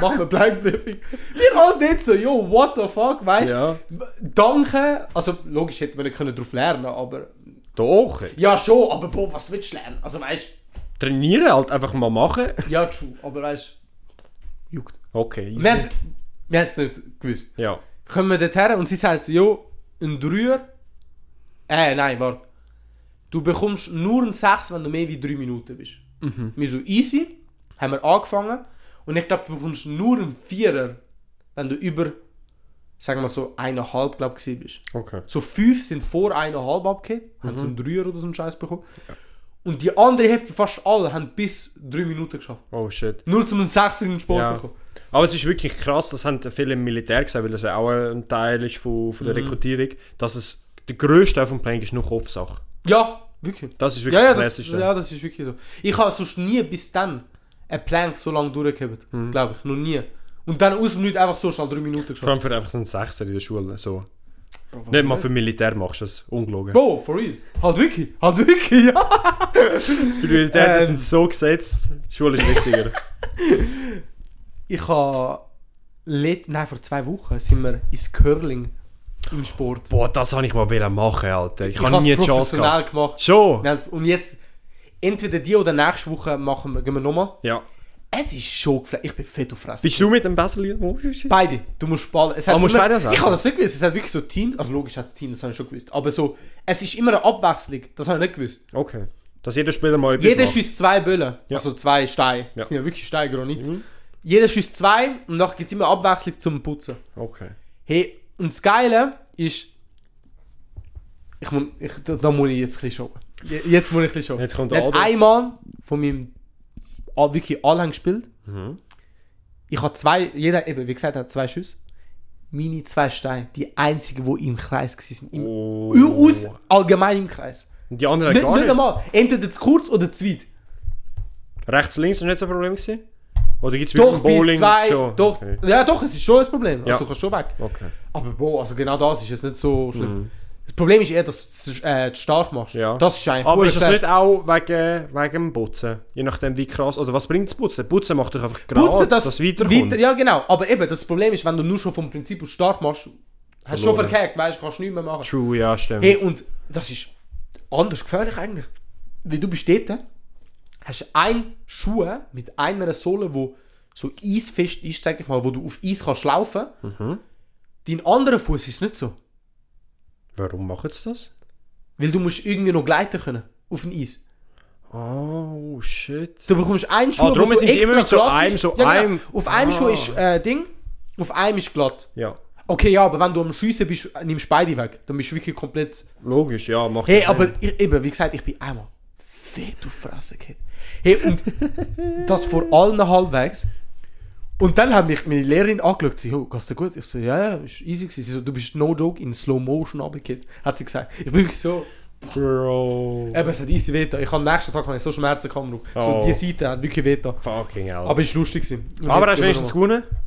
Machen wir Plankprüfung. Wir haben nicht so, jo, what the fuck, weißt du? Ja. Danke, also logisch hätten wir nicht können darauf lernen aber. Doch. Ja, schon, aber boah, was willst du lernen? Also weißt Trainieren, halt einfach mal machen. du, ja, true, aber weißt du, juckt. Okay, Wir easy. haben's- Wir haben es nicht gewusst. Ja. Kommen wir dorthin und sie sagt so, jo, ein Dreier. Äh, nein, warte. Du bekommst nur ein Sechs, wenn du mehr wie drei Minuten bist. Wir so easy, haben wir angefangen. Und ich glaube, du bekommst nur ein Vierer, wenn du über, sagen wir mal so, eineinhalb, glaube ich, gewesen bist. Okay. So fünf sind vor eineinhalb abgegeben, haben Mhm. so einen Dreier oder so einen Scheiß bekommen. Und die andere Hälfte, fast alle, haben bis drei Minuten geschafft. Oh, shit. Nur zum einen Sechs in den Sport Ja. bekommen. Aber es ist wirklich krass, das haben viele im Militär gesagt, weil das ja auch ein Teil ist von, von der Rekrutierung, dass es der grösste Teil vom Plank ist nur Kopfsache. Ja, wirklich. Das ist Ja, wirklich ja, das das, Klassischste. ja, das ist wirklich so. Ich habe sonst nie bis dann einen Plank so lange durchgehabt, Mhm. glaube ich. Noch nie. Und dann aus dem Nichts einfach so schnell drei Minuten Vor geschafft. allem für einfach so einen Sechser in der Schule. So. Nicht mal Oh, für Militär machst du das. Ungelogen. Bro, for real. Halt wirklich, halt wirklich, ja. Die Militär die Ähm. sind so gesetzt. Die Schule ist wichtiger. Ich habe... Let Nein, vor zwei Wochen sind wir ins Curling im Sport. Boah, das habe ich mal wollen machen, Alter. Ich, habe hab's nie eine Chance professionell gehabt. gemacht. Schon? Wir haben's- Und jetzt, entweder die oder nächste Woche machen wir, gehen wir nochmal. Ja. Es ist schon geflasht. Ich bin fett auf Fresse. Bist du mit dem Bessel? Oh, shit. Beide. Du musst ballen. Es hat Ah, musst immer, beides machen? ich habe das nicht gewusst. Es hat wirklich so Team. Also logisch hat es Team, das habe ich schon gewusst. Aber so, es ist immer eine Abwechslung. Das habe ich nicht gewusst. Okay. Dass jeder Spieler mal etwas Jeder macht. schießt zwei Böllen. Ja. Also zwei Steine. Ja. Mhm. Das sind ja wirklich Steine, Granit. Jeder schießt zwei und nachher gibt es immer Abwechslung zum Putzen. Okay. Hey, und das Geile ist. Ich muss, ich, da, da muss ich jetzt ein bisschen schauen. Je- Jetzt muss ich ein bisschen schauen. Jetzt kommt der der hat Adolf. einmal von meinem all, wirklich Anhang gespielt. Mhm. Ich habe zwei, jeder eben, wie gesagt, hat zwei Schüsse. Meine zwei Steine, die einzigen, die im Kreis waren. Im, Oh. Aus, allgemein im Kreis. Und die anderen Nicht, gar nicht nicht. einmal. Entweder zu kurz oder zu weit. Rechts, links ist nicht so ein Problem gewesen? Oder gibt es Doch, bei zwei. schon? Doch, Okay. Ja, doch, es ist schon ein Problem. Also, Ja. du kannst schon weg. okay. Aber boah, also genau das ist jetzt nicht so schlimm. Das Problem ist eher, dass du es äh, zu stark machst. Mhm. Ja. Das ist eigentlich Aber verdammt ist das schlecht. nicht auch wegen, wegen dem Putzen? Je nachdem wie krass, oder was bringt das Putzen? Putzen macht doch einfach gerade, Putzen, dass dass es weiterkommt. ja, genau. Aber eben, das Problem ist, wenn du nur schon vom Prinzip aus stark machst, hast du schon Verloren. verkackt, weißt du, kannst nichts mehr machen. True, ja, stimmt. Hey, und das ist anders gefährlich eigentlich. Weil du bist dort, hast einen Schuh mit einer Sohle, wo so eisfest ist, sag ich mal, wo du auf Eis kannst laufen. Mhm. Dein anderer Fuß ist nicht so. Warum machen sie das? Weil du musst irgendwie noch gleiten können auf dem Eis. Oh, shit. Du bekommst einen Schuh, Ah, drum wo sind die immer mit so glatt einem, ist. genau. so einem- Auf einem Ah. Schuh ist äh, Ding, auf einem ist glatt. Ja, Okay, ja, aber wenn du am Schiessen bist, nimmst du beide weg. Dann bist du wirklich komplett... logisch, ja, macht Hey, ja Sinn. aber ich, eben, wie gesagt, ich bin einmal fett auf die Fresse gehabt. Hey, und das vor allen halbwegs. Und dann hat mich meine Lehrerin angeschaut, sie, oh, geht's dir gut? Ich so, ja, ja, ist easy gewesen. Sie so, du bist no joke in Slow Motion runtergefallen, hat sie gesagt. Ich bin wirklich so, Bro. eben, es hat easy wehgetan. Ich habe am nächsten Tag habe ich so Schmerzen gehabt, am Rücken. so Oh. die Seite hat wirklich wehgetan. Fucking hell. Aber ist lustig gewesen. Und jetzt aber hast gehen du wir wenigstens nochmal. gewonnen?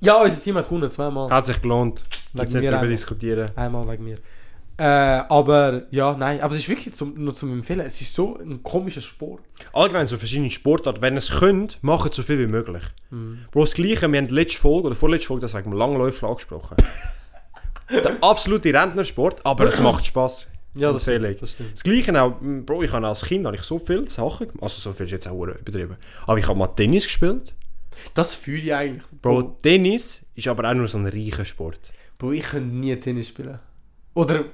Ja, unser Team hat gewonnen, zweimal. Hat sich gelohnt. Jetzt mir nicht darüber einmal. diskutieren. Einmal wegen mir. Äh, aber ja, nein, aber es ist wirklich zum, nur zum Empfehlen. Es ist so ein komischer Sport. Allgemein so verschiedene Sportarten, wenn ihr es könnt, macht so viel wie möglich. Bro, das Gleiche, wir haben letzte Folge oder vorletzte Folge das wegen dem Langläufer angesprochen. Der absolute Rentnersport, aber es macht Spass. Ja, das Empfehlung. stimmt, das stimmt. Das Gleiche auch, m, nou, mm, Bro, ich habe als Kind habe ich so viele Sachen gemacht. Also so viel ist jetzt auch hure übertrieben. Aber ich habe mal Tennis gespielt. Das fühle ich eigentlich. Bro, Tennis ist aber auch nur so ein reicher Sport. Bro, ich könnte nie Tennis spielen. Oder,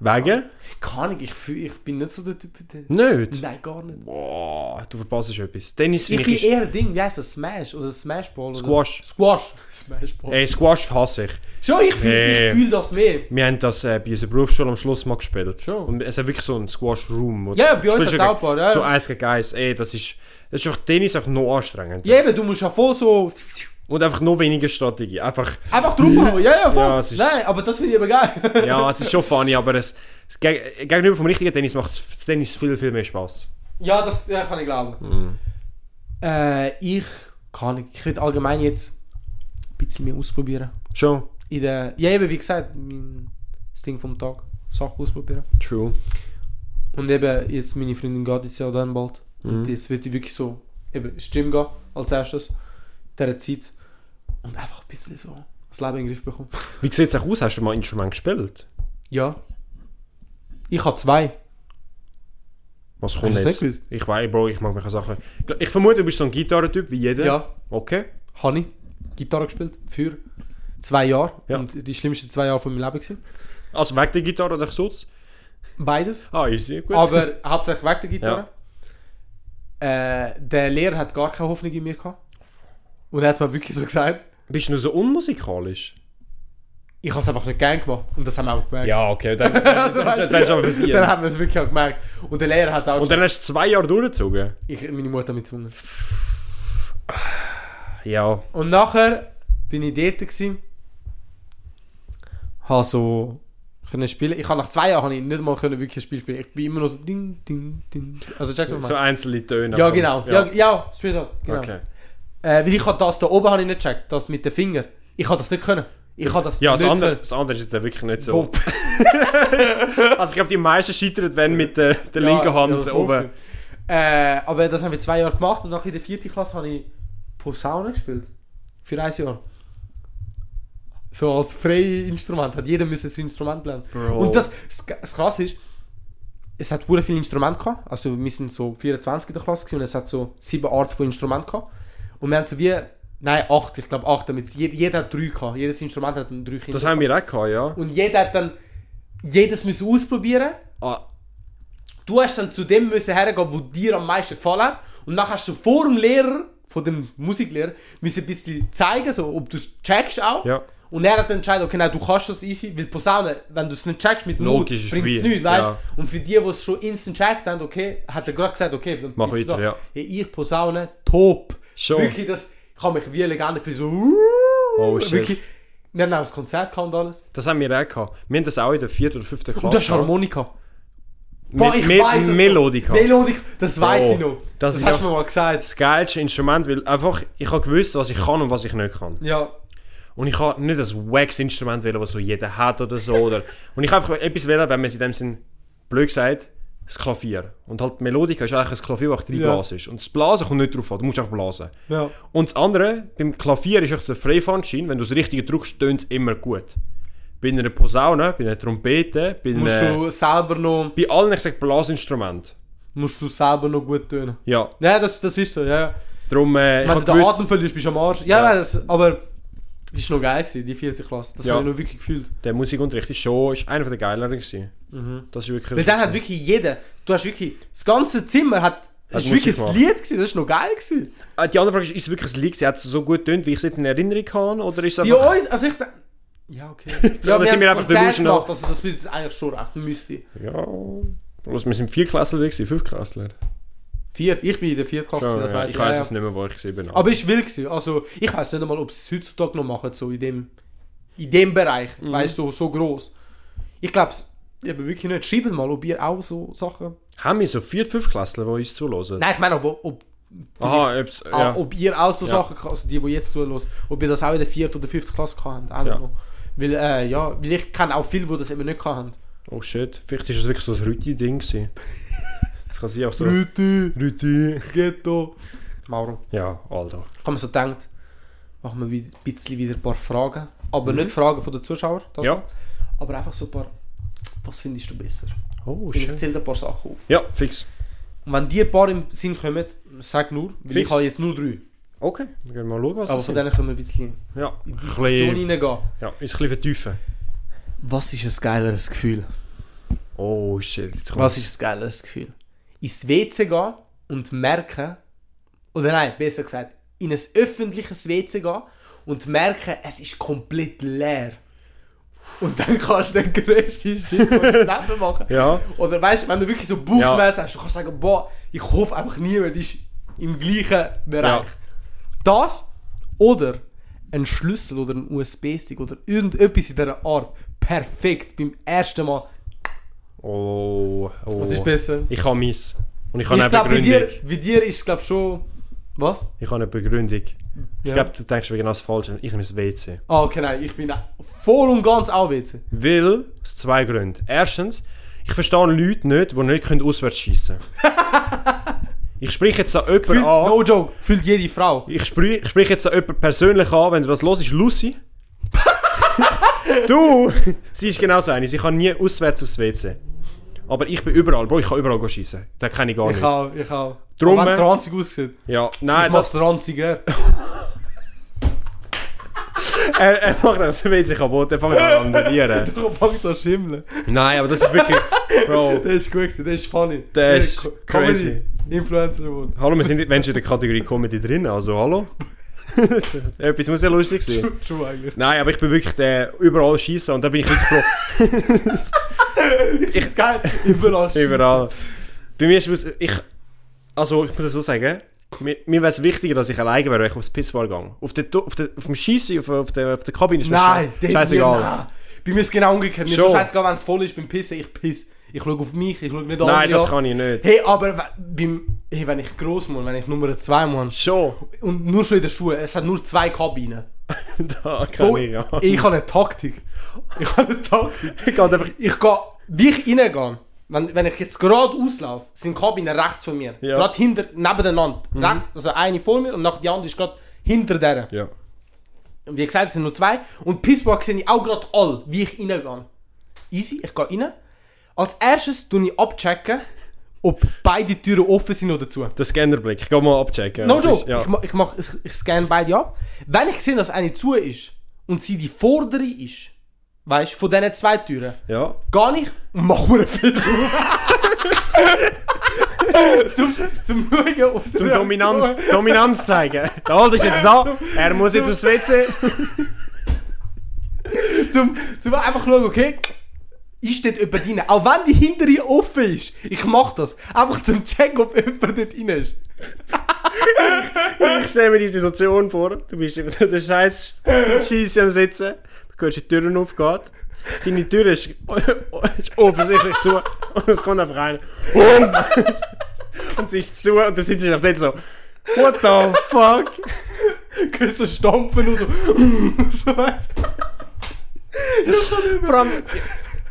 Wegen? keine Ahnung, ich, fühl, ich bin nicht so der Typ für Tennis. Nicht. Nein, gar nicht. Boah, du verpasst etwas. Tennis Ich finde bin ich... ist- eher Ding, wie heisst das? Smash oder Smashball? Oder? Squash. Squash. Smashball. Ey, Squash hasse ich. Schon, ich fühle Nee. ich fühl das mehr. Wir haben das äh, bei unserer Berufsschule am Schluss mal gespielt. Schon. Und es hat wirklich so einen Squash-Room. wo Ja, du bei uns hat's spielst ja auch ein gegen- paar, ja, So ja. eins gegen eins. Ey, das ist... Das ist einfach Tennis einfach noch anstrengend. Ja, eben, du musst ja voll so. Und einfach noch weniger Strategie. Einfach... Einfach draufhauen. Ja, ja, voll. Ja, es ist- Nein, aber das finde ich eben geil. Ja, es ist schon funny, aber es... es geg- äh, Gegenüber vom richtigen Tennis macht es- das Tennis viel, viel mehr Spaß. ja, das ja, kann ich glauben. Äh, ich kann nicht. Ich würde allgemein jetzt ein bisschen mehr ausprobieren. Schon. In der, ja, eben, wie gesagt, mein, das Ding vom Tag. Sachen ausprobieren. True. Und eben, jetzt meine Freundin geht jetzt ja dann bald. Und jetzt wird ich wirklich so, eben, ins Gym gehen, als erstes, in dieser Zeit. Und einfach ein bisschen so das Leben in den Griff bekommen. Wie sieht es auch aus? Hast du mal ein Instrument gespielt? ja. Ich habe zwei. Was kommt Hast du das jetzt? nicht gewusst? Ich weiß, Bro, ich mag mich an Sachen... Ich vermute, du bist so ein Gitarrentyp wie jeder. Ja. Okay. habe ich Gitarre gespielt für zwei Jahre Ja. und die schlimmsten zwei Jahre von meinem Leben gewesen. Also weg der Gitarre oder sonst? Beides. Ah, easy. Gut. Aber hauptsächlich weg der Gitarre. Äh, der Lehrer hat gar keine Hoffnung in mir gehabt. Und er hat es mir wirklich so gesagt. Bist du nur so unmusikalisch? Ich habe es einfach nicht gern gemacht. Und das haben wir auch gemerkt. Ja, okay, dann, Also, dann, weißt dann, du, dann ist aber verdient. dann haben wir es wirklich auch gemerkt. Und der Lehrer hat es auch Und dann hast du zwei Jahre durchgezogen? ich, meine Mutter mit gezwungen. Ja. Und nachher bin ich dort gewesen. Habe so können spielen. Ich habe nach zwei Jahren habe ich nicht mal können wirklich ein Spiel spielen. Ich bin immer nur so ding ding ding. Also checkst du was ich So meine? einzelne Töne. Ja aber- genau. Ja ja, ja straight up. Genau. Okay. Äh, weil ich habe das da oben habe ich nicht gecheckt, das mit den Fingern. Ich habe das nicht können. Ich habe das Ja, das nicht andere, können. das andere ist jetzt ja wirklich nicht so. Bob. Also ich glaube, die meisten scheitern, wenn mit der, der linken Hand das hoffe oben. ich. Äh, aber das haben wir zwei Jahre gemacht und nachher in der vierten Klasse habe ich Posaune gespielt. Für ein Jahr. So als freies Instrument. Hat jeder müssen sein Instrument lernen. Bro. Und das, das K- das Krasse ist, es hat sehr viele Instrumente gehabt. Also wir sind so 24 in der Klasse gewesen und es hat so sieben Arten von Instrumenten gehabt. Und wir haben so wie, nein, acht, ich glaube acht, damit jeder, jeder hat drei gehabt. Jedes Instrument hat dann drei Kinder. Das haben wir auch gehabt, ja. und jeder hat dann jedes müssen ausprobieren Ah, du hast dann zu dem müssen hergehen, wo dir am meisten gefallen hat. Und dann hast du vor dem Lehrer, von dem Musiklehrer, müssen ein bisschen zeigen, so, ob du es checkst auch. Ja. Und er hat dann entschieden, okay, nein, du kannst das easy, weil Posaune, wenn du es nicht checkst mit Not, Logisch, ist bringt es wie, nichts, weißt du? ja. Und für die, die es schon instant checkt haben, okay, hat er gerade gesagt, okay, dann Mach bist du weiter, da. ja. Hey, ich Posaune, top. Schon. Wirklich, das, ich habe mich wie eine Legende gefühlt, so, Oh, shit. wirklich. Wir haben auch das Konzert gehabt und alles. das haben wir auch gehabt. Wir haben das auch in der vierten oder fünften Klasse. Und das ist gehabt. Harmonika. Mit- mit es noch. Melodika. Melodika, das weiß ich noch. Oh, das Das, ist hast ja- du mir mal gesagt. Das geilste Instrument, weil einfach, ich habe gewusst, was ich kann und was ich nicht kann. Ja. Und ich habe nicht ein Wax-Instrument wählen, das so jeder hat oder so. Oder und ich habe einfach etwas wählen, wenn man es in dem Sinn blöd sagt, das Klavier. Und halt Melodika ist eigentlich ein Klavier, wo drei Ja. Blasen ist. Und das Blasen kommt nicht drauf an, du musst einfach blasen. ja. Und das andere, beim Klavier ist echt der Freifandschein, wenn du das Richtige drückst, tönt es immer gut. Bei einer Posaune, bei einer Trompete, bei, Musst einer, du selber noch, bei allen, ich sage Blasinstrument. musst du selber noch gut tun. Ja, Ja, das, das ist so, ja, ja. darum, äh, ich Wenn du habe den gewusst, Atem verlierst, bist du am Arsch. Ja, Ja. nein, das, aber das war noch geil, gewesen, die vierte Klasse. Das Ja. habe ich noch wirklich gefühlt. der Musikunterricht ist schon ist einer der geileren gewesen. Das ist wirklich... Mhm. Weil dann hat wirklich jeder, du hast wirklich, das ganze Zimmer hat, das ist Musik wirklich ein Lied gemacht. gewesen, das war noch geil gewesen. Äh, Die andere Frage ist, ist es wirklich ein Leak? Hat es so gut getönt, wie ich es jetzt in Erinnerung habe? Oder ist es Bei einfach... uns, also ich da- ja, okay. ja, aber sind wir haben das einfach Konzert delusional. gemacht, also das bedeutet eigentlich schon recht, müsste. Ja. Bloß wir sind Vierklässler, gewesen, Fünfklässler. Vier, ich bin in der vierten Klasse, Ja, das ja, weiss ich ich. weiß ja, es nicht mehr, wo ich gesehen bin. Aber es war wild. Gewesen. Also, ich weiß nicht einmal, ob sie es heutzutage noch machen, so in dem, in dem Bereich. Mhm. Weißt du, so groß. Ich glaube es eben wirklich nicht. Schreibt mal, ob ihr auch so Sachen. haben wir so vier Fünfklässler, die uns zuhören? Nein, ich meine, ob, ob, Aha, ob's, ja. ah, ob ihr auch so Ja. Sachen, also die, die jetzt zuhören, ob ihr das auch in der vierten oder fünften Klasse gehabt habt. I don't Ja. know. Weil, äh, ja, weil ich kenne auch viele, die das eben nicht gehabt haben. Oh shit, vielleicht ist es wirklich so ein Rüti-Ding gewesen. Das kann sein, auch so. Rüti, Rüti. Ghetto. Mauro. Ja, Alter. Ich habe mir so gedacht, machen wir wieder- ein bisschen wieder ein paar Fragen. Aber nicht Fragen von den Zuschauern, das Mhm. Ja. mal. aber einfach so ein paar, was findest du besser? Oh Und ich shit. zähle dir ein paar Sachen auf. Ja, fix. Und wenn die ein paar im Sinn kommen, sag nur, weil Fix. ich habe jetzt nur drei. Okay, wir gehen mal schauen, was Aber das von ist. denen können wir ein bisschen Ja, ein so bisschen, reingehen. ja, ist ein bisschen vertiefen. Was ist ein geileres Gefühl? Oh shit, jetzt kommt Was ist ein geileres Gefühl? Ins WC gehen und merken, oder nein, besser gesagt, in ein öffentliches WC gehen und merken, es ist komplett leer. Und dann kannst du den grössten Shit von deinem Leben machen. Ja, Oder weißt du, wenn du wirklich so Bauchschmerzen hast, du kannst sagen, boah, ich hoffe einfach niemand ist im gleichen Bereich. Ja. Das oder ein Schlüssel oder ein USB-Stick oder irgendetwas in dieser Art perfekt beim ersten Mal. oh, oh. Was ist besser? Ich habe meins. Und ich habe Ich eine glaube, bei dir, Begründung. bei dir ist es glaub, schon. Was? Ich habe eine Begründung. Ich Ja. glaube, du denkst wegen das falsch. Ich nehme das WC. Ah, okay, nein, ich bin voll und ganz anwesend. Weil, aus zwei Gründen. Erstens, ich verstehe Leute nicht, die nicht können auswärts schiessen können. ich spreche jetzt an jemanden Fühl- an. No joke, fühlt jede Frau. Ich sprich, ich sprich jetzt an jemanden persönlich an, wenn du das hörst, Lucy. du! Sie ist genau so eine. Sie kann nie auswärts aufs WC. Aber ich bin überall, Bro, ich kann überall gehen schiessen. Da kenne ich gar Ich nicht. auch, ich auch. Drum- Wenn es ranzig aussieht. Ja, nein, Ich das, mach's ranzig, gell? er, er macht das WC kaputt, er fängt an zu randalieren. Darum fang an schimmeln. Nein, aber das ist wirklich. Bro. Das ist gut gewesen, das ist funny. Der ist Co- crazy. Comedy, Influencer geworden. Hallo, wir sind wenn schon in der Kategorie Comedy drin, also hallo? Etwas muss ja lustig sein. Schon eigentlich. Nein, aber ich bin wirklich der überall schiessen und da bin ich wirklich froh. Ich geil. Überall. schiessen. Überall. Bei mir ist es, ich, also ich muss es so sagen, mir, mir wäre es wichtiger, dass ich alleine wäre, wenn ich aufs Pisswar gehe. Auf, der, Tu- auf, der, auf dem Schiessen, auf, auf, der, auf der Kabine ist mir Nein, schei- dem- scheißegal. nein. Bei mir ist es genau umgekehrt. Mir ist Schon. so scheißegal, wenn es voll ist beim Pissen, ich piss. Ich schaue auf mich, ich schaue nicht Nein, andere das an. kann ich nicht. Hey, aber we- beim, hey, wenn ich gross muss, wenn ich Nummer 2 muss Schon, und nur schon in der Schuhe, es hat nur zwei Kabinen. da kann Oh, ich ja. ich habe eine Taktik. Ich habe eine Taktik. Ich gehe einfach... Ich gehe, wie ich reingehe, wenn, wenn ich jetzt gerade auslaufe, sind die Kabinen rechts von mir. Ja. Mhm. Gerade hinter, nebeneinander. Rechts, also eine vor mir und nachher die andere ist gerade hinter der. Ja. Wie gesagt, es sind nur zwei. Und Pissbox sehe ich auch gerade alle, wie ich reingehe. Easy, ich gehe rein. Als erstes tue ich abchecken, ob beide Türen offen sind oder zu. Der Scannerblick, ich gehe mal abchecken. No was joke, ist- ja. ich, ma- ich, mach, ich, ich scanne beide ab. Wenn ich sehe, dass eine zu ist und sie die vordere ist, weißt du, von diesen zwei Türen, ja. gar nicht und mache hure viel drauf. zum, zum Schauen auf Zum Dominanz, Dominanz zeigen. Der Alte ist jetzt da, dus er muss jetzt aufs WC. Zum, zum einfach schauen, okay, ist dort jemand rein? Auch wenn die hintere offen ist, ich mache das. Einfach zum Checken, ob jemand dort rein ist. Ich stelle mir die Situation vor, du bist über der scheiß Scheisse am Sitzen, du hörst die Türen aufgeht, deine Tür ist, ist offensichtlich zu und es kommt einfach rein. Und sie ist zu und dann sitzt du noch dort so, what the fuck? Gehst so stampfen und so. so weißt. Vor allem,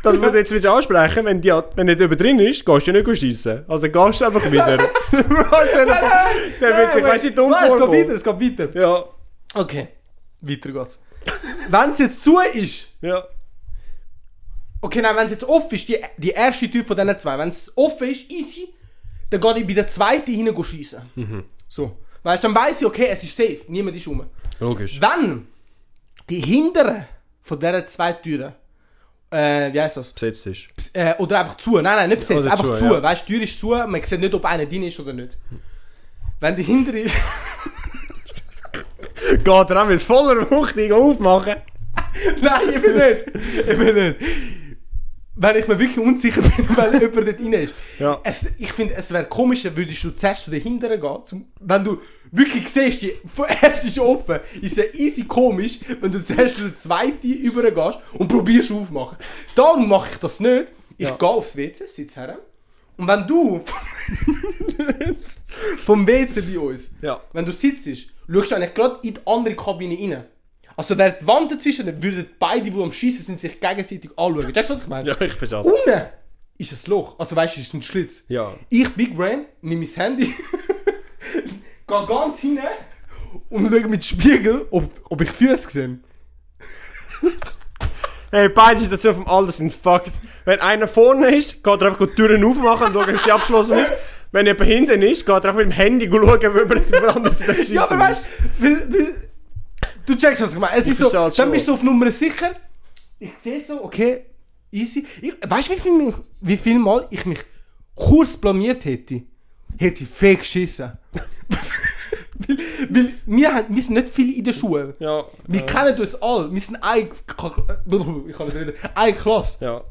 das würde jetzt willst du ansprechen, wenn, die, wenn nicht über drin ist, gehst du ja nicht schiessen. Also gehst du einfach wieder. Bro, ist einfach- der wird sich, weißt du, dumm Nein, Es geht weiter, vorkommen. es geht weiter. Ja, Okay, weiter geht's. wenn es jetzt zu ist, ja. okay, nein, wenn es jetzt offen ist, die, die erste Tür von diesen zwei, wenn es offen ist, easy, dann gehe ich bei der zweiten hinein schießen. So. Weißt du, dann weiß ich, okay, es ist safe, niemand ist rum. Logisch. Wenn die hintere von dieser zwei Türen, äh, wie heißt das? Besetzt ist. Bes- äh, oder einfach zu, nein, nein, nicht besetzt, Oder einfach zu, zu, ja. weißt du, die Tür ist zu, man sieht nicht, ob einer drin ist oder nicht. Wenn die hintere ist. Geht er auch mit voller Wucht die aufmachen? Nein, ich bin nicht. Ich bin nicht. Wenn ich mir wirklich unsicher bin, weil jemand dort rein ist. Ja. Es, ich finde, es wäre komischer, würdest du zuerst zu den Hinteren gehen, zum, wenn du wirklich siehst, die erste ist offen, ist ja easy komisch, wenn du zuerst zu der zweiten übergehst und probierst aufmachen. Darum mache ich das nicht. Ich gehe aufs WC, sitze her. Und wenn du vom WC bei uns, Ja. wenn du sitzt, schaust du eigentlich gerade in die andere Kabine rein. Also wäre die Wand dazwischen, dann würden beide, die am Schießen sind, sich gegenseitig anschauen. Weißt du, was ich meine? Ja, ich verstehe es. Unten ist ein Loch. Also weißt du, ist ein Schlitz. Ja. Ich, Big Brain, nehme mein Handy, gehe ganz hinein und schaue mit dem Spiegel, ob, ob ich Füße sehe. Hey, beide Situationen vom Alter sind fucked. Wenn einer vorne ist, geht er einfach die Türen aufmachen und schaut, ob sie abgeschlossen ist. Wenn jemand hinten ist, geht er einfach mit dem Handy schauen, ob jemand anders da schießt. Ja, aber weißt weil, weil, du, checkst, was ich meine. Es Ich ist so, verstehe dann es schon. bist du auf Nummer sicher. Ich sehe so, okay, easy. Ich, weißt du, wie viel, wie viel Mal ich mich kurz blamiert hätte? Hätte ich fake geschissen. weil, weil wir, haben, wir sind nicht viele in der Schule. Ja. eh, Wir kennen uns alle. Wir sind eine, Äh, ich kann nicht reden, eine Klasse. Ja.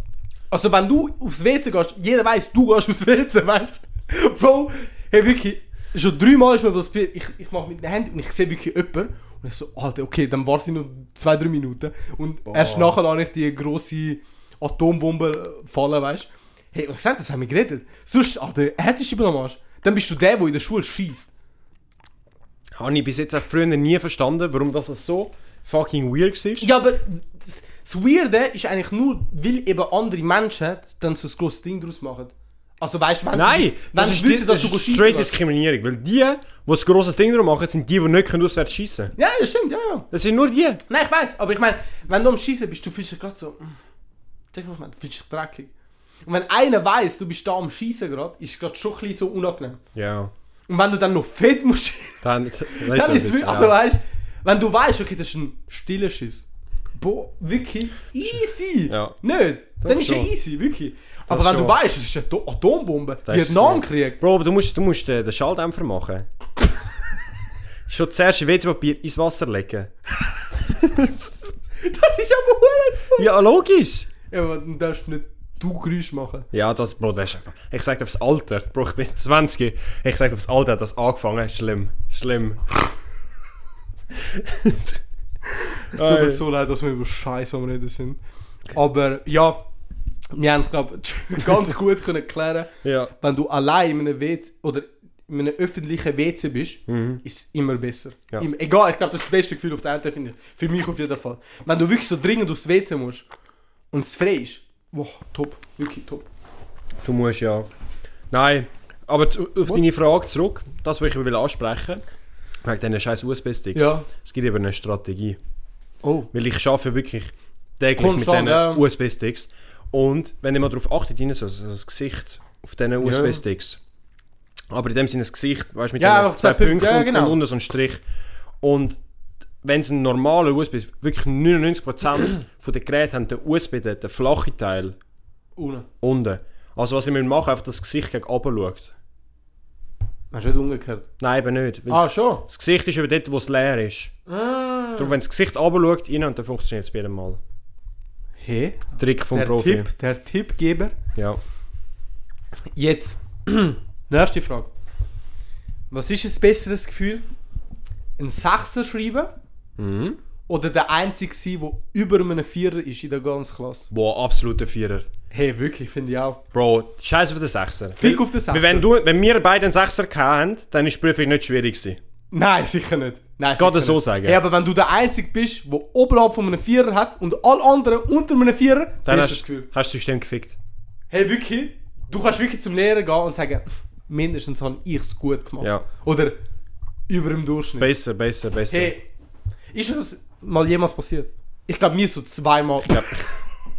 Also wenn du aufs WC gehst, jeder weiß, du gehst aufs WC, weißt du? Bro, hey wirklich, schon dreimal ist mir das passiert. ich, ich mache mit dem Handy und ich sehe wirklich jemanden und ich so, Alter, okay, dann warte ich noch zwei, drei Minuten und erst nachher lasse ich die grosse Atombombe äh, fallen, weißt du? Hey, und ich sag, das haben wir geredet. Sonst, Alter, hättest du über am Arsch. Dann bist du der, der in der Schule schießt. Habe ich bis jetzt auch früher nie verstanden, warum das so fucking weird war. Ja, aber das, das Weirde ist eigentlich nur, weil eben andere Menschen dann so ein grosses Ding daraus machen. Also weißt du, wenn Nein, wenn das sie ist, wissen, die- dass das du ist schiessen straight gehst. Diskriminierung. Weil die, die ein grosses Ding drum machen, sind die, die nicht können auswärts schiessen können. Ja, das stimmt, ja, ja. Das sind nur die. Nein, ich weiß, aber ich meine, wenn du am Schießen bist, du fühlst dich gerade so. mm, Check mal, man, du fühlst dich dreckig. Und wenn einer weiß, du bist da am Schießen gerade, ist es gerade schon ein bisschen so unangenehm. Ja. Und wenn du dann noch fett musst, Dann, das ist dann ist es so ein wirklich. Also bisschen- weißt wenn du weißt, okay, das ist ein stiller Schiss. Boah, wirklich easy! Ja. Nicht? Dann Doch, ist er schon. easy, wirklich. Aber wenn du schon. weißt, es ist eine Do- Atombombe, Das ist Vietnamkrieg. Bro, aber du musst, du musst äh, den Schalldämpfer machen. Schon zuerst WC-Papier ins Wasser legen. Das ist aber hure. Ja, logisch. Ja, aber dann darfst du nicht du Geräusch machen. Ja, das, Bro, das ist einfach... Ich sag dir aufs Alter. Bro, ich bin 20. Ich sag dir aufs Alter hat das angefangen. Schlimm. Schlimm. Es tut Ey. mir so leid, dass wir über Scheiße am Reden sind. Aber ja, wir haben es, glaube ich, ganz gut können klären Ja. Wenn du allein in einem WC oder in einem öffentlichen WC bist, ist es immer besser. Ja. Im, egal, ich glaube, das ist das beste Gefühl auf der Erde, finde ich. Für mich auf jeden Fall. Wenn du wirklich so dringend aufs WC musst und es frei ist, wow, top, wirklich top. Du musst ja. Nein, aber zu, auf deine Frage zurück, das, was ich will ansprechen wegen diesen scheiß USB-Sticks. Ja. Es gibt eben eine Strategie. Oh. Weil ich arbeite wirklich täglich mit Konstant, diesen ja. USB-Sticks. Und wenn ihr mal darauf achtet, rein, so, so das Gesicht auf diesen USB-Sticks. Aber in dem Sinne das Gesicht, weißt du, mit Ja, diesen einfach zwei Punkte, ja, und- genau. und unten so ein Strich. Und wenn es ein normaler USB ist, wirklich 99% von den Geräten haben den USB, den, den flachen Teil, Ohne. unten. Also was ich machen müssen, einfach das Gesicht gegen oben schaut. Hast du nicht umgekehrt? Nein, eben nicht. weil Ah, das- schon? Ah. Das Gesicht ist über dort, wo es leer ist. Darum, wenn das Gesicht oben schaut, rein, und dann funktioniert es bei jedem Mal. Hey, Trick vom der, Profi. Tipp, der Tippgeber. Ja. Jetzt, nächste Frage. Was ist ein besseres Gefühl? Ein Sechser schreiben Mhm. oder der Einzige sein, der über einem Vierer ist in der ganzen Klasse? Boah, absoluter Vierer. Hey, wirklich, finde ich auch. Bro, scheiß auf den Sechser. Fick auf den Weil Sechser. Wenn, du, wenn wir beide einen Sechser hatten, dann war die Prüfung nicht schwierig. Gewesen. Nein, sicher nicht. Nein, Gerade sicher so nicht. sagen. Hey, aber wenn du der Einzige bist, der oberhalb von einem Vierer hat und alle anderen unter einem Vierer, Dann dann hast hast du das hast du Gefühl. das System gefickt. Hey, wirklich, du kannst wirklich zum Lehrer gehen und sagen, mindestens habe ich es gut gemacht. Ja. Oder über dem Durchschnitt. Besser, besser, besser. Hey, ist dir das mal jemals passiert? Ich glaube, mir so zweimal.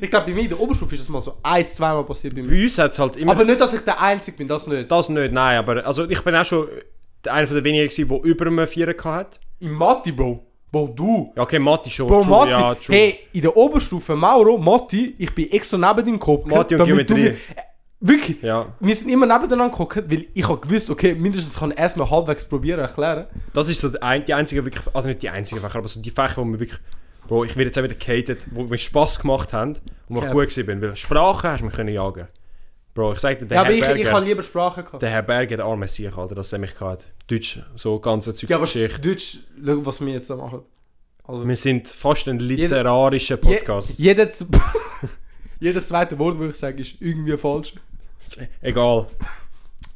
ich glaube, bei mir in der Oberstufe ist das mal so ein, zweimal passiert bei mir. Bei uns hat es halt immer... Aber nicht, dass ich der Einzige bin, das nicht. das nicht, nein, aber... Also ich bin auch schon einer von den wenigen, gewesen, der über einen Vierer hatte. Im Mathe, Bro. Bro, du. Ja, okay, Matti schon. Bro, true, Matti. Ja, true. hey, in der Oberstufe, Mauro, Matti, ich bin extra neben deinem Kopf. Matti und Geometrie. äh, wirklich. Ja. Wir sind immer nebeneinander geguckt, weil ich habe gewusst, okay, mindestens kann ich erstmal halbwegs probieren erklären. Das ist so die, ein, die einzige wirklich, also nicht die einzige Fächer, aber so die Fächer, wo mir wirklich, Bro, ich werde jetzt auch wieder gehatet, wo mir Spass gemacht haben und wo ich Ja. gut gewesen bin, weil Sprache hast du mich können jagen. Bro, ich sag dir, der Ja, aber Herr ich, ich habe Berger, lieber Sprache gehabt. der Herr Berger, der arme Sieg, Alter, dass er mich gehabt. Deutsch, so ganze Zeug Ja, aber Geschichte. Deutsch, schau, was wir jetzt da machen. Wir sind fast ein literarischer Podcast. Je, jeder z- jedes zweite Wort, das ich sage, ist irgendwie falsch. Egal.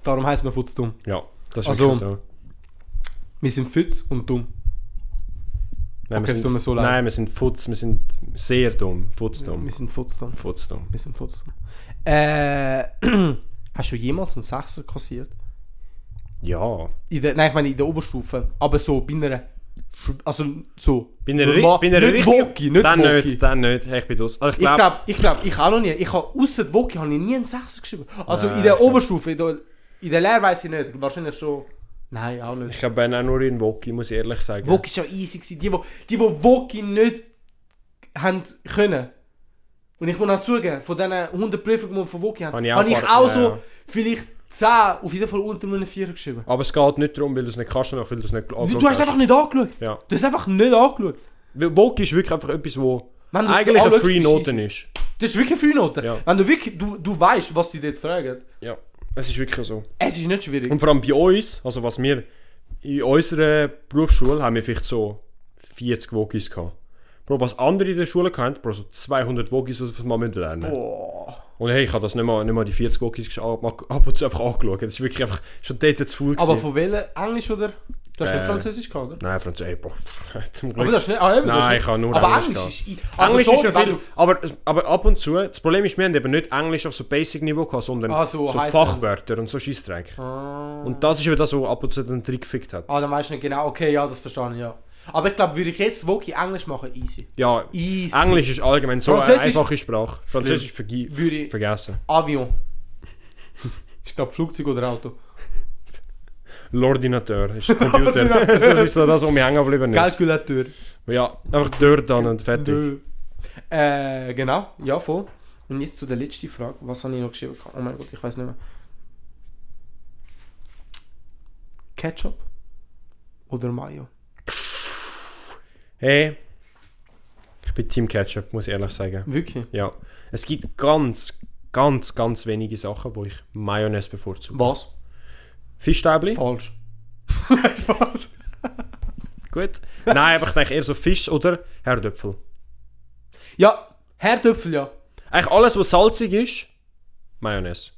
Darum heisst man Futz dumm. Ja, das ist Also- wirklich so. Wir sind Fütz und dumm. Nein, Okay, wir es sind, tut mir so leid. Nein, wir sind futz, wir sind sehr dumm. Futzdumm. Wir sind futzdumm. Futzdumm. Wir sind futzdumm. Äh, hast du jemals einen Sechser kassiert? Ja. In der, nein, ich meine in der Oberstufe. Aber so bei einer... Sch- Also so... Bin er normal- richtig? Bin er Nicht richtig- Woki, nicht Dann Woki. nicht, dann nicht. Hey, Ich bin aus. Also, ich Ich glaube, glaube, ich, glaub, ich auch noch nie. Ich habe ausser der Woki habe ich nie einen Sechser geschrieben. Also in der Oberstufe, in der, in der Lehre weiß ich nicht. Wahrscheinlich schon. Nein, auch ich nicht. glaube, wenn auch nur in Woki, muss ich ehrlich sagen. Woki war schon easy. Gewesen. Die, wo, die, die Woki nicht haben können. Und ich muss auch zugeben, von diesen 100 Prüfungen, die wir von Woki haben, Habe habe ich ich auch auch, ein paar- so ja, ja. vielleicht 10, auf jeden Fall unter einem 4 geschrieben. Aber es geht nicht darum, weil du es nicht kannst, sondern auch, weil du es nicht Du, du hast einfach nicht angeschaut. also Ja. Du hast einfach nicht angeschaut. Weil Woki ist wirklich einfach etwas, wo Wenn du es eigentlich eine anschaust, Free ist Noten easy. ist. Das ist wirklich viel Noten. Ja. Wenn du wirklich, du, du weißt, was sie dort fragen. Ja. Es ist wirklich so. Es ist nicht schwierig. Und vor allem bei uns, also was wir in unserer Berufsschule haben wir vielleicht so 40 Wokis gehabt. Bro, was andere in der Schule hatten, Bro, so 200 Wokis, was wir mal müssen lernen Und hey, ich habe das nicht mal, nicht mal die 40 Wokis gesch- ab ab und zu einfach angeschaut. Das ist wirklich einfach schon dort zu faul Aber gewesen. von welchem? Englisch oder? Du hast Äh, nicht Französisch gehabt, oder? Nein, Franz, ey, Bro, zum Aber Glück. du hast nicht. Ah, eben, du hast Nein, nicht- ich habe nur Aber Englisch Englisch gehabt. ist. Also Englisch so, ist ja wenn viel, du- aber, aber ab und zu, das Problem ist, wir haben eben nicht Englisch auf so Basic-Niveau gehabt, sondern Ah, so, so heiss- Fachwörter und so Scheissdreck. Und das ist eben das, was ab und zu den Trick gefickt hat. Ah, dann weißt du nicht genau. Okay, ja, das verstehe ich, ja. Aber ich glaube, würde ich jetzt wirklich Englisch machen, easy. Ja, Easy. Englisch ist allgemein so eine Französisch- einfache Sprache. Französisch vergi Würde ich- vergessen. Avion. ich glaube, Flugzeug oder Auto. L'ordinateur ist Computer. das ist so das, was mir hängen geblieben ist. Kalkulateur. Ja, einfach dort dann und fertig. Nö. Äh, genau. Ja, voll. Und jetzt zu der letzten Frage. Was habe ich noch geschrieben? Oh mein Gott, ich weiß nicht mehr. Ketchup oder Mayo? Hey, ich bin Team Ketchup, muss ich ehrlich sagen. Wirklich? Ja, es gibt ganz, ganz, ganz wenige Sachen, wo ich Mayonnaise bevorzuge. Was? Fischstäbli? Falsch. Gut. Nein, aber ich denke eher so Fisch oder Herdöpfel. Ja, Herdöpfel, ja. Eigentlich alles, was salzig ist, Mayonnaise.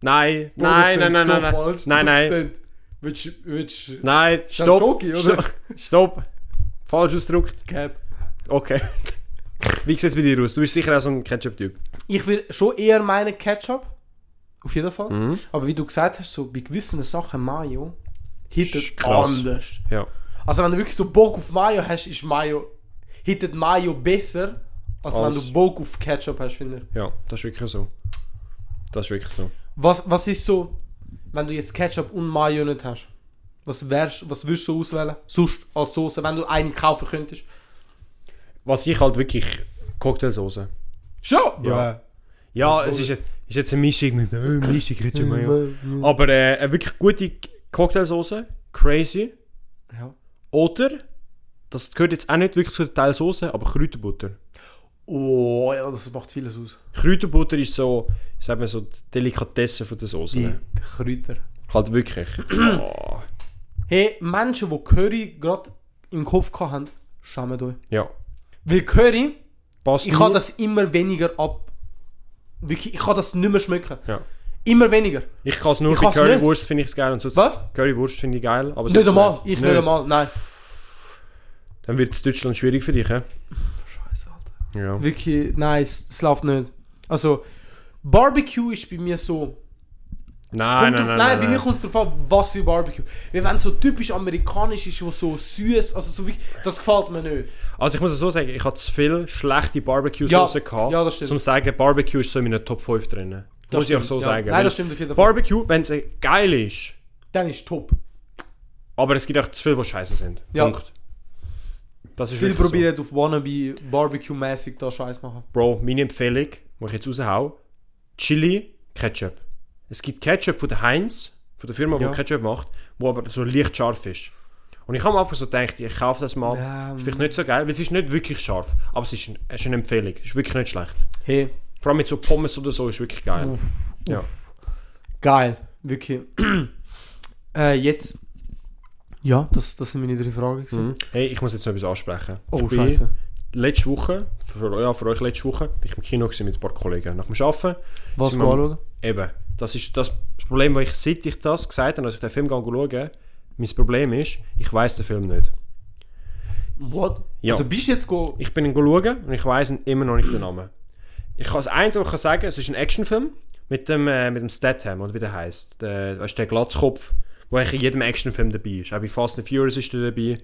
Nein, Bro, nein, das nein, klingt nein, so nein, nein, falsch. nein, Das nein. klingt- Willst, willst, Nein, Dann stopp. Schoki, oder? Stopp. stopp. Falsch ausgedrückt. Cap. Okay. Wie sieht es bei dir aus? Du bist sicher auch so ein Ketchup-Typ. Ich will schon eher meinen Ketchup. Auf jeden Fall. Mhm. Aber wie du gesagt hast, so bei gewissen Sachen Mayo Ist hittet krass. anders. Ja. Also wenn du wirklich so Bock auf Mayo hast, ist Mayo hittet Mayo besser, als, Als- wenn du Bock auf Ketchup hast, finde ich. Ja, das ist wirklich so. Das ist wirklich so. Was, was ist so, wenn du jetzt Ketchup und Mayo nicht hast? Was wärst, was würdest du auswählen? Sonst als Soße, wenn du eine kaufen könntest. Was ich halt wirklich... Cocktailsoße. Schon? Ja. Ja, es ist jetzt, ist jetzt eine Mischung mit... Äh, Mischung, Mm, Ketchup, Mayo. Aber äh, eine wirklich gute Cocktailsoße. Crazy. ja. Oder... Das gehört jetzt auch nicht wirklich zu der Teilsoße, aber Kräuterbutter. Oh, ja, das macht vieles aus. Kräuterbutter ist so... Ich sag mal so die Delikatesse von der Soße. Die Kräuter. Halt wirklich. Oh. Hey, Menschen, die Curry gerade im Kopf hatten, schauen euch. Ja. Weil Curry, Passt ich kann nur- das immer weniger ab. Wirklich, ich kann das nicht mehr schmecken. Ja. Immer weniger. Ich kann es nur Ich bei kann's Currywurst, finde ich es geil. Und sonst Was? Currywurst finde ich geil, aber Nicht sonst einmal, ich nicht einmal, nein. Dann wird es Deutschland schwierig für dich, hä? Scheiße, Alter. Ja. Wirklich, nein, es, es läuft nicht. Also, Barbecue ist bei mir so. Nein, nein, kommt nein, drauf, nein, bei mir kommt es darauf an, was für Barbecue. Weil wenn es so typisch amerikanisch ist, wo so süß, also so wirklich, das gefällt mir nicht. Also ich muss es so sagen, ich hatte zu viel schlechte Barbecue-Soße Ja, gehabt, ja, das stimmt. zum zu sagen, Barbecue ist so in meiner Top 5 drin. Das muss ich auch so stimmt, ja. sagen. Nein, weil das stimmt auf jeden Fall. Barbecue, wenn es geil ist, Dann ist top. aber es gibt auch zu viel, die scheiße sind. Ja. Punkt. Das ist Viel wirklich probiert auf Wannabe Barbecue-mäßig da Scheiß machen. So. Bro, meine Empfehlung, die ich jetzt raushau, Chili, Ketchup. Es gibt Ketchup von der Heinz, von der Firma, die Ja. Ketchup macht, wo aber so leicht scharf ist. Und ich habe am Anfang so gedacht, ich kaufe das mal. Ja, ist vielleicht nicht so geil, weil es ist nicht wirklich scharf. Aber es ist, ein- es ist eine Empfehlung. Es ist wirklich nicht schlecht. Hey, Vor allem mit so Pommes oder so ist wirklich geil. Ja. geil. Wirklich. äh, jetzt. Ja, das, das sind meine drei Fragen. gewesen. Hey, ich muss jetzt noch etwas ansprechen. Oh, ich bin Scheiße. Letzte Woche, für, ja, für euch letzte Woche, bin ich im Kino gewesen mit ein paar Kollegen. Nach dem Arbeiten. Was sind du wir am- anschauen? Eben, das ist das Problem, weil ich, seit ich das gesagt habe, als ich den Film schaue, mein Problem ist, ich weiß den Film nicht. What? Ja. Also bist du jetzt go Ich bin ihn schauen und ich weiss immer noch nicht den Namen. Ich kann das Einzige, was ich kann sagen es ist ein Actionfilm mit dem, äh, mit dem Statham, oder wie der heisst. Der, weißt du, der Glatzkopf, der eigentlich in jedem Actionfilm dabei ist. Auch bei Fast and Furious ist er dabei.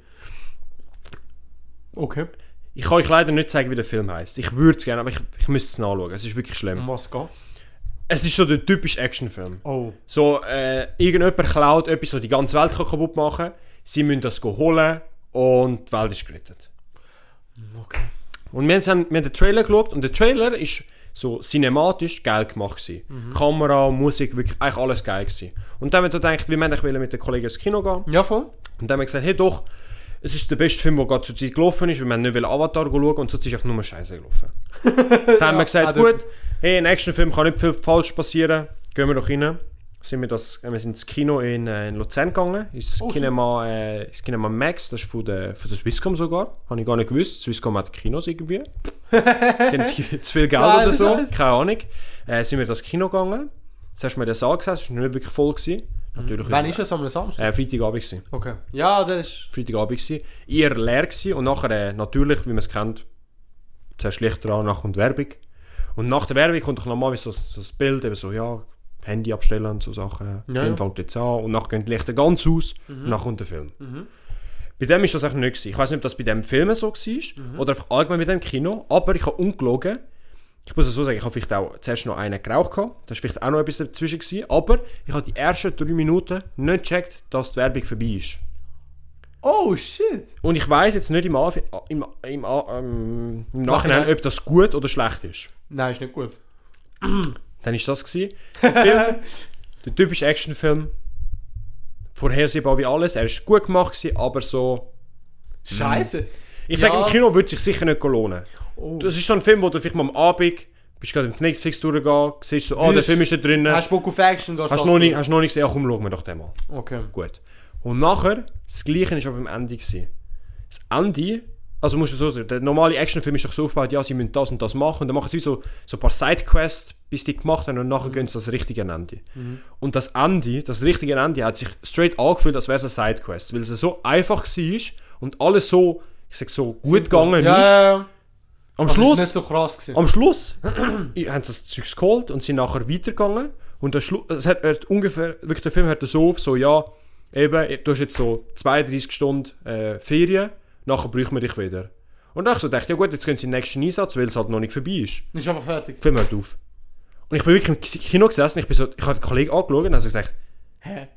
Okay. Ich kann euch leider nicht sagen, wie der Film heißt. Ich würde es gerne, aber ich, ich müsste es nachschauen. Es ist wirklich schlimm. Um was geht's? Es ist so der typische Actionfilm. Oh. So, äh, irgendjemand klaut etwas, das die ganze Welt kann kaputt machen kann. Sie müssen das holen und die Welt ist gerettet. Okay. Und wir haben, wir haben den Trailer geschaut und der Trailer ist so cinematisch geil gemacht. gewesen. Kamera, Musik, wirklich eigentlich alles geil. Gewesen. Und dann haben wir gedacht, wir wollen eigentlich mit den Kollegen ins Kino gehen. Ja, voll. Und dann haben wir gesagt, hey doch, es ist der beste Film, der gerade zur Zeit gelaufen ist, weil wir haben nicht wollen Avatar schauen und sonst ist einfach nur Scheiße gelaufen. dann haben wir ah, gesagt, du- gut, hey, im nächsten Film kann nicht viel falsch passieren, gehen wir doch rein. Sind wir, das, äh, wir sind ins Kino in, äh, in Luzern gegangen, ins, Oh, Kinema, äh, ins Kinema Max, das ist von der, von der Swisscom sogar, habe ich gar nicht gewusst, Swisscom hat Kinos irgendwie, die haben zu viel Geld Geil, oder so, nice. keine Ahnung. Äh, sind wir ins Kino gegangen, zuerst mal in den Saal gesessen, es war nicht wirklich voll. Gewesen. Natürlich Wann es- ist es am Samstag? Äh, Freitagabend gewesen. Okay. Ja, das ist. Freitagabend gsi, eher leer gsi und nachher äh, natürlich, wie man es kennt, zuerst Licht dran, nachher kommt Werbung. Und nach der Werbung kommt doch nochmal so, so das Bild, eben so, ja, Handy abstellen und so Sachen. Ja, Mhm. Ja, Film ja. fängt jetzt an und nachher gehen die Lichter ganz aus und nachher kommt der Film. Mhm. Bei dem ist das eigentlich nicht gewesen. Ich weiß nicht, ob das bei dem Film so war Mhm. oder einfach allgemein mit dem Kino, aber ich habe ungelogen, ich muss es so sagen, ich habe vielleicht auch zuerst noch einen geraucht gehabt, da war vielleicht auch noch etwas dazwischen gewesen, aber ich habe die ersten drei Minuten nicht gecheckt, dass die Werbung vorbei ist. Oh shit! Und ich weiß jetzt nicht im, Anf im, im, A- ähm, im Nachhinein, Nachhinein. ob das gut oder schlecht ist. Nein, ist nicht gut. Mhm. Dann ist das gewesen. Der, Film, der typische Actionfilm. Vorhersehbar wie alles. Er ist gut gemacht, gewesen, aber so. Scheiße! Ich Ja. sage, im Kino würde sich sicher nicht lohnen. Oh. Das ist so ein Film, wo du vielleicht mal am Abend bist gerade im Netflix durchgehst, siehst so, ah, der Wirst- Film ist da drinnen. Hast Hast du Bock auf Action? Gehst du das noch durch? nicht, hast noch nicht gesehen, ja, komm, schau mir doch den mal. Okay. Gut. Und nachher, das Gleiche war aber am Ende. Gewesen. Das Ende, also musst du so sagen, der normale Actionfilm ist doch so aufgebaut, ja, sie müssen das und das machen. Und dann machen sie so, so ein paar Sidequests, bis die gemacht haben und Mhm. nachher gehen sie das richtige Ende. Und das Ende, das richtige Ende, hat sich straight angefühlt, als wäre es eine Sidequest, weil es so einfach war und alles so, ich sag so, gut gegangen Ja, ist. ja, ja. Am Das Schluss. Ist nicht so krass gewesen. Am Schluss haben sie das Zeug geholt und sind nachher weitergegangen. Und der, Schlu es hat, hört ungefähr, wirklich der Film hört so auf, so ja, eben, du hast jetzt so 32 Stunden äh, Ferien, nachher bräuchten wir dich wieder. Und dann habe ich so gedacht, ja gut, jetzt gehen sie in den nächsten Einsatz, weil es halt noch nicht vorbei ist. Ist einfach fertig. Der Film hört auf. Und ich bin wirklich im Kino gesessen, ich, bin so, ich habe den Kollegen angeschaut und habe so gedacht, Hä?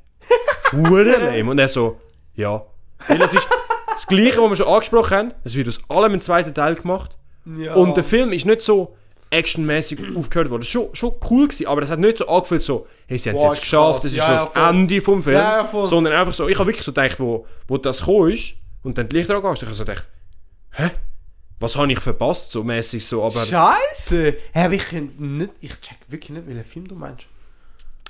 Hure lame. Und er so, ja. Weil das ist das Gleiche, was wir schon angesprochen haben. Es wird aus allem im zweiten Teil gemacht. Ja. Mhm. Und der Film ist nicht so actionmäßig aufgehört worden. Es war schon, schon cool, gewesen, aber es hat nicht so angefühlt so, hey, sie haben es Boah, jetzt ist geschafft, krass. das ist Ja, so ja, das voll. Ende vom Film. Ja, ja, voll. sondern einfach so, ich habe wirklich so gedacht, wo, wo das gekommen ist und dann die Lichter angegangen sind, ich habe so gedacht, hä? Was habe ich verpasst? So mäßig so, aber Scheiße! Hä, aber ich könnte nicht. Ich check wirklich nicht, welchen Film du meinst.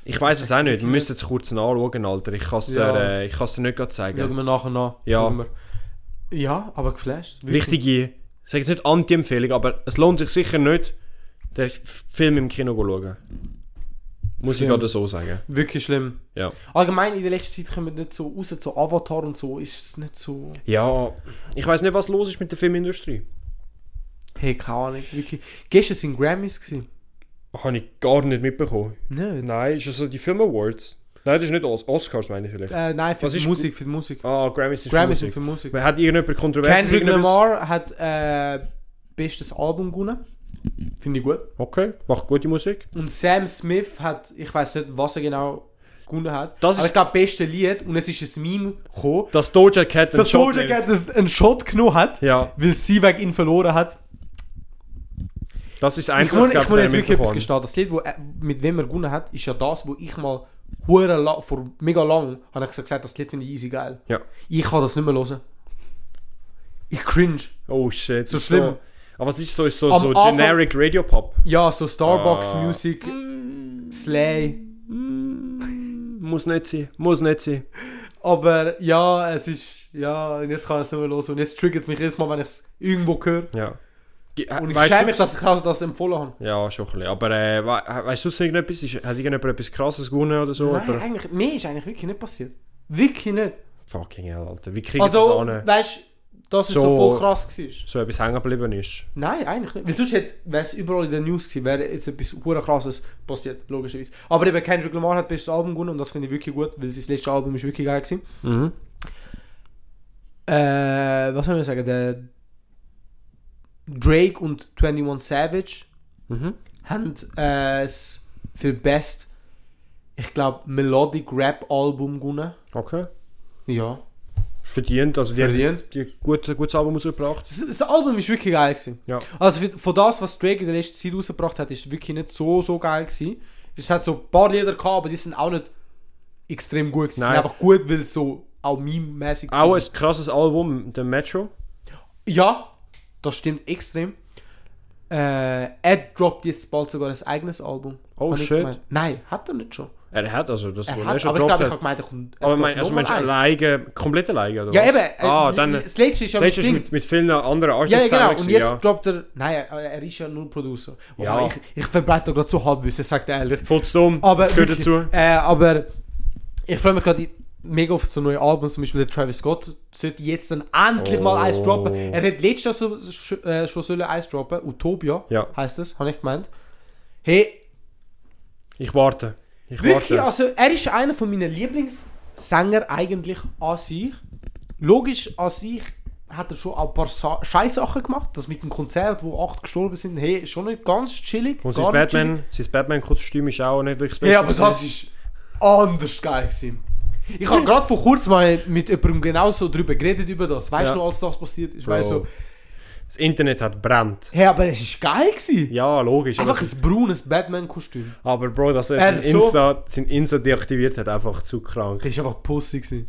ich weiß es auch nicht. Wir müssen es kurz nachschauen, Alter. Ich kann es Ja. dir, äh, ich kann's dir nicht gerade zeigen. Schauen wir nachher nach. Ja. Schauen wir. Ja, aber geflasht. Wirklich. richtige, ich sage jetzt nicht Anti-Empfehlung, aber es lohnt sich sicher nicht, den F- Film im Kino zu schauen. Muss ich Stimmt. gerade so sagen. Wirklich schlimm. Ja. Allgemein in der letzten Zeit kommen wir nicht so raus zu Avatar und so. Ist es nicht so. Ja, ich weiß nicht, was los ist mit der Filmindustrie. Hey, keine Ahnung. Wirklich. Gestern sind Grammys gewesen. Habe ich gar nicht mitbekommen. Nein. Nein, ist das so die Film Awards? Nein, das ist nicht Os Oscars, meine ich vielleicht. Äh, nein, für Was die ist Musik, für die Musik. Ah, Grammys sind Grammys für sind für Musik. Musik. Hat irgendjemand kontrovers Kendrick Lamar hat äh, bestes Album gewonnen. Finde ich gut. Okay, macht gute Musik. Und Sam Smith hat, ich weiß nicht, was er genau gewonnen hat. Das aber ist- ich glaube, beste Lied. Und es ist ein Meme gekommen, Das Doja Cat dass Shot Doja nimmt. Cat das- einen Shot genommen hat, Ja, weil sie wegen ihn verloren hat. das ist Ich eins, muss, ich muss jetzt wirklich etwas mitbekommen gestehen. Das Lied, wo, äh, mit wem er gewonnen hat, ist ja das, wo ich mal hure la- vor mega lang habe ich so gesagt, das Lied finde ich easy geil. Ja. Ich kann das nicht mehr hören. Ich cringe. Oh shit. So ist schlimm. Aber was ist so, ist so, Am so Anfang- generic Radio Pop? Ja, so Starbucks Ah. Music, Slay. Muss nicht sein, muss nicht sein. Aber ja, es ist. Ja, und jetzt kann ich es nicht mehr hören. Und jetzt triggert es mich jedes Mal, wenn ich es irgendwo höre. Ja. Ge- Und ich weißt schäme du- mich, dass ich auch das empfohlen habe. Ja, schon ein bisschen. Aber äh, we weißt du sonst irgendetwas? Ist, hat irgendjemand etwas krasses gewonnen oder so? Nein, oder? eigentlich, mir ist eigentlich wirklich nicht passiert. Wirklich nicht. Fucking hell, Alter. Wie kriegen sie Also, das an? weißt dass es so, So- voll krass war. so etwas hängen geblieben ist. Nein, eigentlich nicht. Weil sonst hätte- wäre es überall in den News gewesen, wäre jetzt etwas hure krasses passiert, logischerweise. Aber eben Kendrick Lamar hat bestes Album gewonnen und das finde ich wirklich gut, weil sein letztes Album ist wirklich geil gewesen. Äh, was soll ich sagen? Der Drake und 21 Savage Mhm. haben äh, es für Best, ich glaube, Melodic Rap Album gewonnen. Okay. Ja. Verdient, also die Verdient. die haben gut, gutes Album rausgebracht. Das, das Album ist wirklich geil gewesen. Ja. Also für- von das, was Drake in der letzten Zeit rausgebracht hat, ist wirklich nicht so, so geil gewesen. Es hat so ein paar Lieder gehabt, aber die sind auch nicht extrem gut gewesen. Sie Nein. sind einfach gut, weil sie so auch meme-mäßig Auch ein sind. krasses Album, der Metro. Ja, das stimmt extrem. Äh, er droppt jetzt bald sogar ein eigenes Album. Oh, Hab ich shit. gemeint. Nein, hat er nicht schon. Er hat also das, Er wo hat, schon aber ich glaube, ich habe hat. gemeint, er kommt. er Aber droppt mein, also noch mal meinst du eins. alleine, komplett alleine oder Ja, was? eben. äh, Ah, dann, das letzte ist ja letztes Ding. mit, mit vielen anderen Ja, Artists ja, genau. zusammen Und gewesen, jetzt ja. droppt er. Nein, er, er ist ja nur Producer. Wow, Ja. Ich, ich verbreite da gerade so Halbwissen, sagt er ehrlich. Voll zu dumm, Aber das gehört wirklich, dazu. Äh, aber ich freue mich gerade mega auf so neue Alben. Zum Beispiel der Travis Scott sollte jetzt dann endlich Oh. mal eins droppen. Er hat letztes Jahr so, sch- äh, schon sollen eins droppen. Utopia Ja. heißt es, habe ich gemeint. Hey, Ich warte. Ich Wirklich, warte. also er ist einer von meinen Lieblingssänger eigentlich an sich. Logisch an sich hat er schon auch ein paar Sa Scheißsachen gemacht. Das mit dem Konzert, wo acht gestorben sind, hey, ist schon nicht ganz chillig. Und gar sein nicht chillig. Batman, sein Batman-Kostüm ist auch nicht wirklich das Hey, aber Beste. das also ist Hm. anders geil gewesen. Ich habe gerade vor kurzem mal mit jemandem genau so drüber geredet über das. Weißt Ja. du, noch, als das passiert ist, Bro. weißt du, Also, Das Internet hat brennt. hey, aber es ist geil gewesen. Ja, logisch. Aber, Einfach ein braunes Batman-Kostüm. aber Bro, dass er Er sein so- Insta, sein Insta deaktiviert hat, einfach zu krank. Das war einfach Pussy gewesen.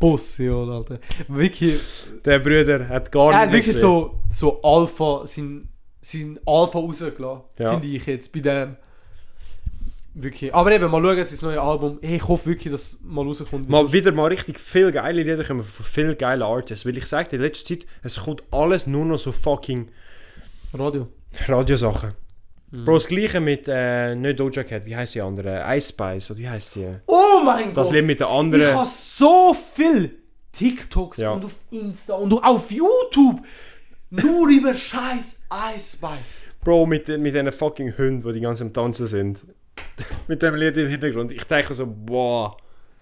Pussy, oder, Alter. Wirklich. Der Bruder hat gar Er nichts hat wirklich gesehen. so, so Alpha, sein, sein Alpha rausgelassen, Ja. finde ich jetzt bei dem. Wirklich. Aber eben, mal schauen, sein neues Album. Hey, ich hoffe wirklich, dass es mal rauskommt. Mal wieder mal richtig viel geile Lieder kommen von viel geilen Artists. Weil ich sag dir, in letzter Zeit, es kommt alles nur noch so fucking Radio. Radiosachen. Mhm. Bro, das gleiche mit, äh, nicht Doja Cat, wie heißt die andere? Ice Spice, oder wie heißt die? Oh mein Das Gott! Lied mit der ich anderen. habe so viel TikToks Ja. und auf Insta und auf YouTube nur über scheiß Ice Spice. Bro, mit, den- mit diesen fucking Hunden, die die ganze Zeit am Tanzen sind. mit dem Lied im Hintergrund. Ich denke so, boah.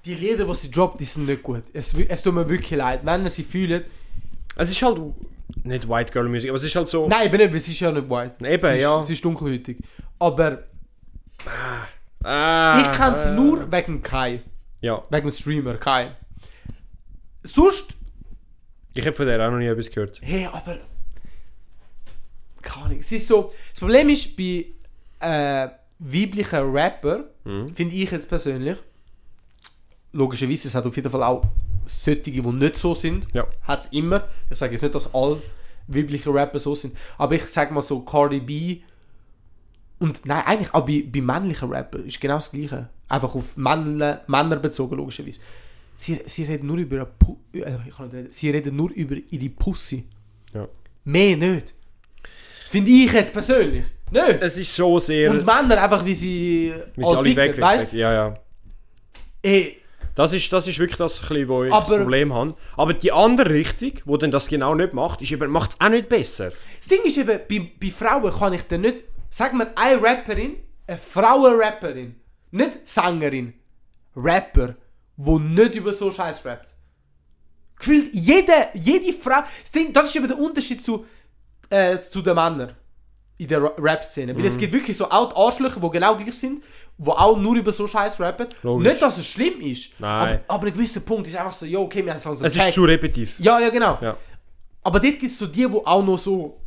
Die Lieder, die sie droppt, die sind nicht gut. Es, es tut mir wirklich leid. Wenn ihr sie fühlt, Es ist halt nicht White Girl Music, aber es ist halt so. Nein, eben nicht, weil sie ist ja nicht white. Eben, sie ist, ja. Sie ist dunkelhäutig. Aber Ah, ich kenne sie äh, nur wegen Kai. Ja, Wegen dem Streamer, Kai. Sonst, ich habe von der auch noch nie etwas gehört. hey, aber... Keine Ahnung. Es ist so... Das Problem ist, bei äh, weiblichen Rapper, finde ich jetzt persönlich, logischerweise, es hat auf jeden Fall auch solche, die nicht so sind. Ja. Hat es immer. Ich sage jetzt nicht, dass alle weiblichen Rapper so sind. Aber ich sage mal so, Cardi B und nein, eigentlich auch bei, bei männlichen Rappern ist genau das Gleiche. Einfach auf Männer, Männer bezogen, logischerweise. Sie, sie reden nur über eine Pu äh, ich kann nicht reden. Sie reden nur über ihre Pussy. ja. Mehr nicht. Finde ich jetzt persönlich. Nicht. Es ist so sehr. Und Männer einfach, wie sie wir sind alle ficken, weg, weißt? weg, weg. Ja, ja. Ey, Das ist, das ist wirklich das, bisschen, wo ich das Aber- Problem habe. Aber die andere Richtung, wo denn das genau nicht macht, ist macht es auch nicht besser. Das Ding ist eben, bei, bei Frauen kann ich dann nicht. Sag mir eine Rapperin, eine Frauenrapperin, nicht Sängerin, Rapper, wo nicht über so Scheiß rappt. Gefühlt jede, jede Frau. Das, Ding, das ist eben der Unterschied zu, äh, zu den Männern in der Ra- Rap-Szene. Weil Mhm. es gibt wirklich so auch die Arschlöcher, die genau gleich sind, die auch nur über so Scheiß rappen. Logisch. Nicht, dass es schlimm ist, Nein. aber aber ein gewisser Punkt ist einfach so, ja, okay, wir haben es langsam Es ist gecheckt. zu repetitiv. Ja, ja, genau. Ja. Aber dort gibt es so die, die auch noch so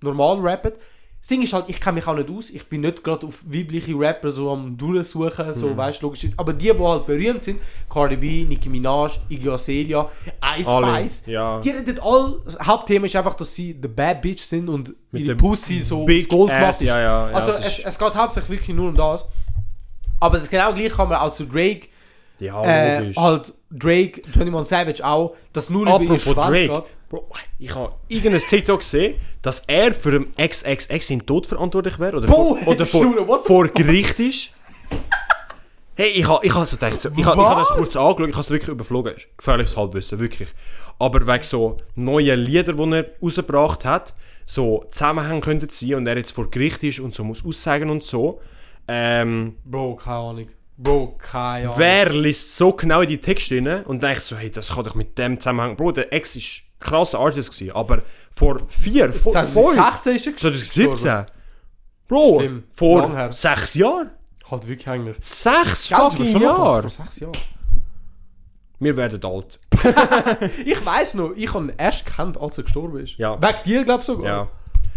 normal rappen. Das Ding ist halt, ich kenne mich auch nicht aus. Ich bin nicht gerade auf weibliche Rapper so am durchsuchen, Mhm. so weißt logisch. ist. Aber die, die halt berühmt sind, Cardi B, Nicki Minaj, Iggy Azalea, Ice Alle, Spice, ja. die reden all. Das Hauptthema ist einfach, dass sie the bad bitch sind und Mit ihre dem Pussy so big aufs Gold ass, gemacht ist. ja, ja, ja, also es es, ist- es geht hauptsächlich wirklich nur um das. Aber das genau gleich kann man auch zu Drake Ja, äh, logisch. halt Drake, 21 Savage auch, dass nur Apropos Drake. geht. Bro, ich habe irgendein TikTok gesehen, dass er für den XXX in Tod verantwortlich wäre oder, Boah, vor, oder Schule, what vor, the vor Gericht ist. Hey, ich habe ich ha so gedacht, so, ich habe ha das kurz angeschaut, ich habe es wirklich überflogen. Ist Gefährliches Halbwissen, wirklich. Aber wegen so neuen Lieder, die er rausgebracht hat, so Zusammenhänge könnten sein und er jetzt vor Gericht ist und so muss aussagen und so. Ähm, Bro, keine Ahnung. Bro, keine Ahnung. Wer liest so genau in die Texte rein und denkt so, hey, das kann doch mit dem zusammenhängen. Bro, der Ex ist krasser Artist gewesen, aber vor vier, vor fünf, 2016 ist er gestorben. 2017. Bro, Schlimm. Lang vor her. sechs Jahren. Halt wirklich eigentlich. Sechs Gell, sogar fucking schon noch Jahre. krass, Vor sechs Jahren. Wir werden alt. Ich weiss noch, ich habe ihn erst gekannt, als er gestorben ist. Ja. Wegen dir, glaube ich sogar. Ja.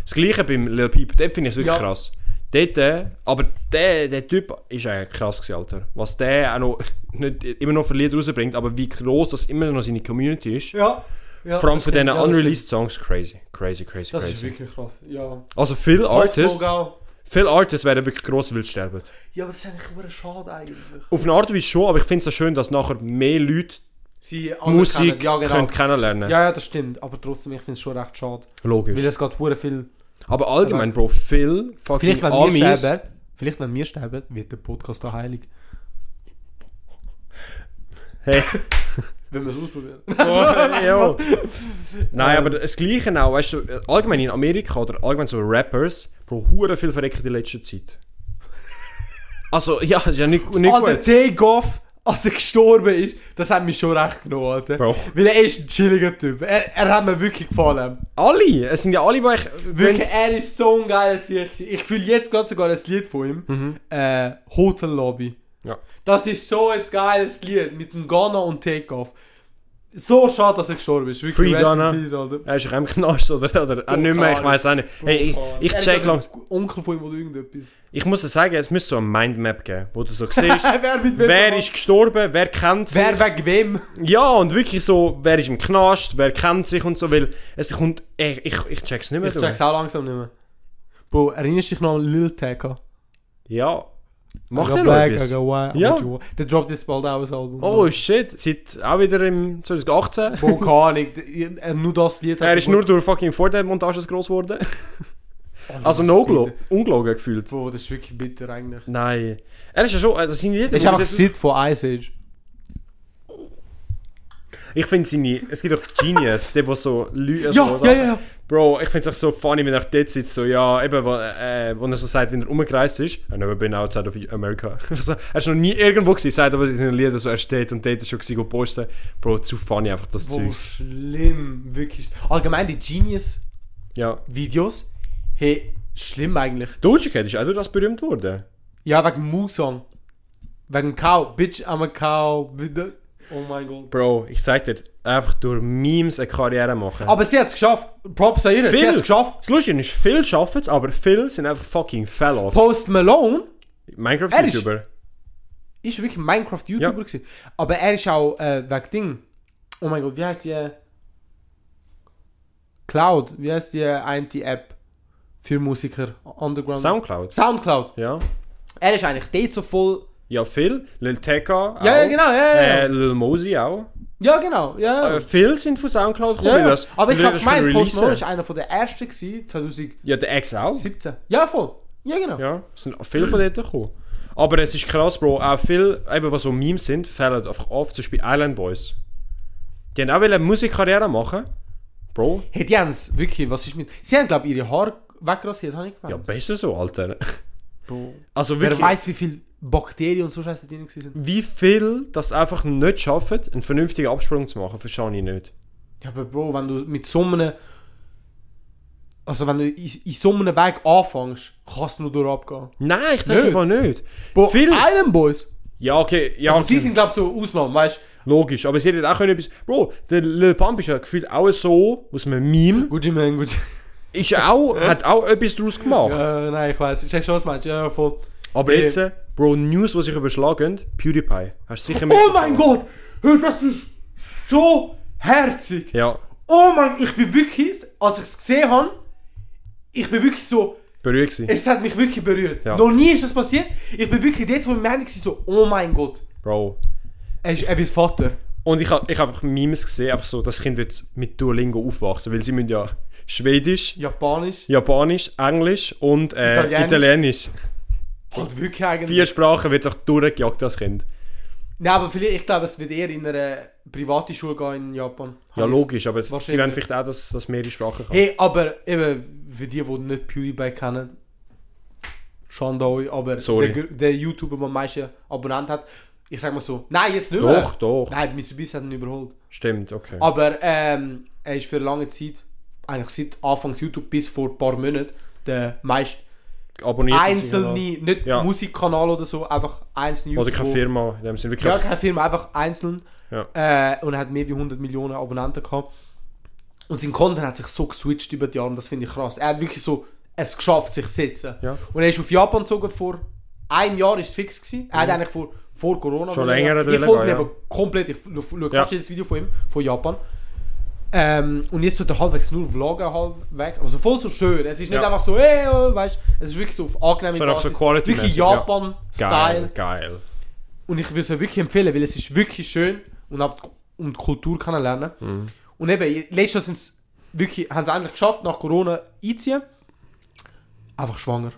Das gleiche beim Lil Peep, dort finde ich es wirklich Ja. krass. Dort, äh, aber der, der Typ ist eigentlich krass gewesen, Alter. Was der auch noch, nicht immer noch für Lieder rausbringt, aber wie gross das immer noch seine Community ist. Ja. ja Vor allem das von stimmt, diesen ja, das unreleased Songs, crazy. Crazy, crazy, stimmt. Das ist crazy. wirklich krass, ja. Also viele Artists, Vogel. viele Artists werden wirklich gross wild sterben. Ja, aber das ist eigentlich immer schade eigentlich. Auf eine Art und Weise schon, aber ich finde es auch schön, dass nachher mehr Leute Sie Musik anerkennen- ja, genau. können kennenlernen Ja, ja, das stimmt. Aber trotzdem, ich finde es schon recht schade. Weil Logisch. es geht hure viel. Aber allgemein, Bro, viel fucking Genau. Vielleicht wenn, wir Amis... sterben, vielleicht, wenn wir sterben, wird der Podcast da heilig. Hey. Wenn wir es ausprobieren. Boah, jo. Nein, aber das Gleiche auch, weißt du, allgemein in Amerika oder allgemein so Rappers, Bro, hure viel verreckt in letzter Zeit. Also, ja, ist ja nicht, nicht Alter, gut. T-Goff, als er gestorben ist, das hat mich schon recht genommen, Alter. Bro. Weil er ist ein chilliger Typ. Er, er hat mir wirklich gefallen. Alle, es sind ja alle, die ich... Wirklich, er ist so ein geiler Sieg. gewesen. Ich fühle jetzt gerade sogar ein Lied von ihm. Äh, Hotel Lobby. Mhm. Ja. Das ist so ein geiles Lied mit dem Ghana und Takeoff. So schade, dass er gestorben ist. Wirklich, Free rest in Ghana. peace, Alter. Er ist ja im Knast, oder? oder auch nicht mehr, ich weiß auch nicht. Hey, ich, ich Er ist check einfach lang... ein Onkel von ihm oder irgendetwas. Ich muss dir sagen, es müsste so eine Mindmap geben, wo du so siehst, wer mit wem wer ist gestorben, wer kennt sich. Wer wegen wem? Ja, und wirklich so, wer ist im Knast, wer kennt sich und so, weil es kommt... Ich, ich, ich check's nicht mehr. Ich du. check's auch langsam nicht mehr. Bro, erinnerst du dich noch an Lil Tecca? Ja. Macht I got er noch black, I etwas? got white, I Ja. got you. Der droppt jetzt bald auch ein Album. Oh shit, seit auch wieder im 2018. Bro, keine Ahnung. der- er- Nur das Lied hat Er ist nur durch fucking Vordermontages gross geworden. Oh, Also no glo- ungelogen gefühlt. Bro, das ist wirklich bitter eigentlich. Nein. Er ist ja schon, also seine Lieder... Das ist einfach Sid von Ice Age. ich finde seine, es gibt auch Genius, der wo so Leute... Ja, so, ja, ja, ja. Bro, ich finde es auch so funny, wenn er dort sitzt, so ja, eben, wo, äh, wo er so sagt, wenn er umgereist ist, I never been outside of America. so, er ist noch nie irgendwo gewesen, sagt aber in den Liedern so, er steht und dort ist schon gewesen, go posten. Bro, zu funny einfach das Bro, Zeug. schlimm, wirklich. Allgemein die Genius-Videos, Ja. hey, schlimm eigentlich. Doja Cat ist auch durch das berühmt worden. Ja, wegen Mu-Song. Wegen Cow. Bitch, I'm a Cow. Bitte. Oh mein Gott. Bro, ich sag dir, einfach durch Memes eine Karriere machen. Aber sie hat es geschafft. Props an ihr, sie Viel. hat es geschafft. das Lustige ist, viele schaffen es, aber viele sind einfach fucking Fell-Offs. Post Malone Minecraft-YouTuber. ist wirklich Minecraft-YouTuber Ja. gewesen. Aber er ist auch äh, wegen Ding. Oh mein Gott, wie heißt die? Cloud. Wie heißt die äh, eine die App für Musiker? Underground. Soundcloud. Soundcloud. Ja. Er ist eigentlich dort so voll. Ja, viel. Lil Tecca auch. Ja, ja, genau, ja, ja, ja. Äh, Lil Mosey auch. Ja, genau. Ja. Äh, viele sind von Soundcloud gekommen, ja, weil ja. das- Aber ich weil glaube, das mein können Post Malone releasen. war einer von der ersten, gewesen, 2017. Ja, der Ex auch. Ja, voll. Ja, genau. Ja, es sind viele von dort gekommen. Aber es ist krass, Bro, auch viel, eben was so Memes sind, fällt einfach oft, zum Beispiel Island Boys. Die haben auch eine Musikkarriere machen. Bro, Hey, die haben es wirklich, was ist mit... Sie haben, glaube ich, ihre Haare wegrasiert, habe ich ja gemeint. besser so, Alter. Bro. Also Wer wirklich, weiß, wie viele Bakterien und so Scheiße drin waren. wie viel das einfach nicht schaffen, einen vernünftigen Absprung zu machen, verstehe ich nicht. Ja, aber Bro, wenn du mit so einem... Also, wenn du in, in so einem Weg anfängst, kannst du nur durchabgehen. Nein, ich denke Nicht. einfach nicht. Bro, Viel- Island Boys. Ja, okay, ja, Also, okay. Sie sind, glaube ich, so Ausnahmen, weißt du? logisch, aber sie hätten auch können etwas... Bro, der Lil Pump ist ja gefühlt auch so, aus einem Meme, Gucci Man, Gucci... ist auch, hat auch etwas daraus gemacht. Äh, nein, ich weiß. Checkst du, was meinst? Ja, voll. Aber Ja. jetzt, äh, Bro, News, die sich überschlagen, PewDiePie. Hast du sicher Oh mein Gott! Hör, das ist so herzig! Ja, Oh mein... Ich bin wirklich... Als ich es gesehen habe, ich bin wirklich so... berührt sie. Es hat mich wirklich berührt. Ja. Noch nie ist das passiert. Ich bin wirklich dort, wo ich meine, so, oh mein Gott. Bro. Er ist Evis Vater. Und ich habe ich hab einfach Memes gesehen, einfach so, das Kind wird mit Duolingo aufwachsen, weil sie müssen ja Schwedisch, Japanisch. Japanisch, Englisch und äh, Italienisch. Italienisch. Halt wirklich eigentlich. Vier Sprachen wird es auch durchgejagt als Kind. Nein, aber vielleicht, ich glaube, es wird eher in eine private Schule gehen in Japan. Ja, Hab ich logisch, aber es- sie wahrscheinlich. wollen vielleicht auch, dass, dass mehrere Sprachen das- kann. Hey, aber eben, für die, die nicht PewDiePie kennen, Schande an euch, aber Sorry. Der, der YouTuber, der am meisten Abonnenten hat, ich sag mal so, nein, jetzt nicht mehr. Doch, doch. Nein, Mr. Beast hat ihn überholt. Stimmt, okay. Aber ähm, er ist für lange Zeit, eigentlich seit Anfangs YouTube bis vor ein paar Monaten, der meist Abonniert den einzelne, Oh. Kanal. nicht Ja. Musikkanal oder so, einfach einzelne Oder keine YouTuber- Firma, in dem Sinne wirklich. Ja, keine Firma, einfach einzeln. Ja. Äh, und er hat mehr wie 100 Millionen Abonnenten gehabt. Und sein Content hat sich so geswitcht über die Jahre, und das finde ich krass. Er hat wirklich so es geschafft, sich zu setzen. Ja. Und er ist auf Japan gezogen vor einem Jahr ist es fix gewesen. Er hat eigentlich vor, vor Corona Mhm. Schon wollen länger gehen. wollen Ich folge gehen, ihn ja. eben komplett. Ich schaue Ja. fast jedes Video von ihm, von Japan. Ähm, und jetzt tut er halbwegs nur Vloggen halbwegs. Also voll so schön. Es ist nicht Ja. einfach so, hey, oh, weißt du, es ist wirklich so auf angenehme Sondern auch so quality-mäßig, wirklich ja. Japan-Style. Geil, geil. Und ich würde es euch wirklich empfehlen, weil es ist wirklich schön und ab, um die Kultur kennenlernen. Mhm. Und eben, je- letztes Jahr sind's wirklich, haben sie endlich geschafft, nach Corona einziehen. Einfach schwanger.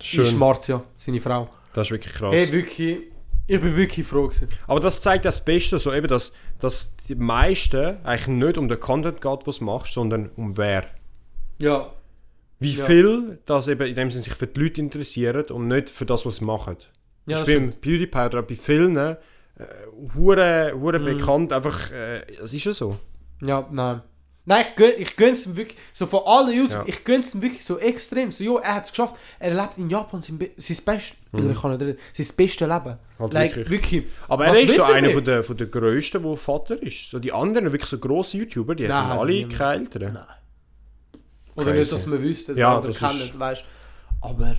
Schön. Ist Schön. Marzia, seine Frau. Das ist wirklich krass. Hey, wirklich, ich bin wirklich froh gewesen. Aber das zeigt das Beste, so eben, dass, dass die meisten eigentlich nicht um den Content geht, was du machst, sondern um wer. Ja. Wie Ja. viel das eben in dem Sinne sich für die Leute interessiert und nicht für das, was sie machen. Ja, ich das bin beim PewDiePie oder auch bei vielen äh, hure, Mm. hure bekannt, einfach, äh, es ist ja so. Ja, nein. Nein, ich, gön, ich gönn's ihm wirklich, so von allen YouTube, Ja. ich gönn's ihm wirklich so extrem. So, jo, er hat's geschafft, er lebt in Japan sein, be sein, best ich kann nicht reden, sein beste Leben. Mhm. Halt like, wirklich. wirklich. Aber Was er ist will so er einer mit? von der, von der grössten, der Vater ist. So die anderen, wirklich so grosse YouTuber, die Nein, sind hat alle niemand. keine Eltern. Nein. Oder Crazy. nicht, dass wir wüssten Ja, oder das kennen, ist- weißt du. Aber.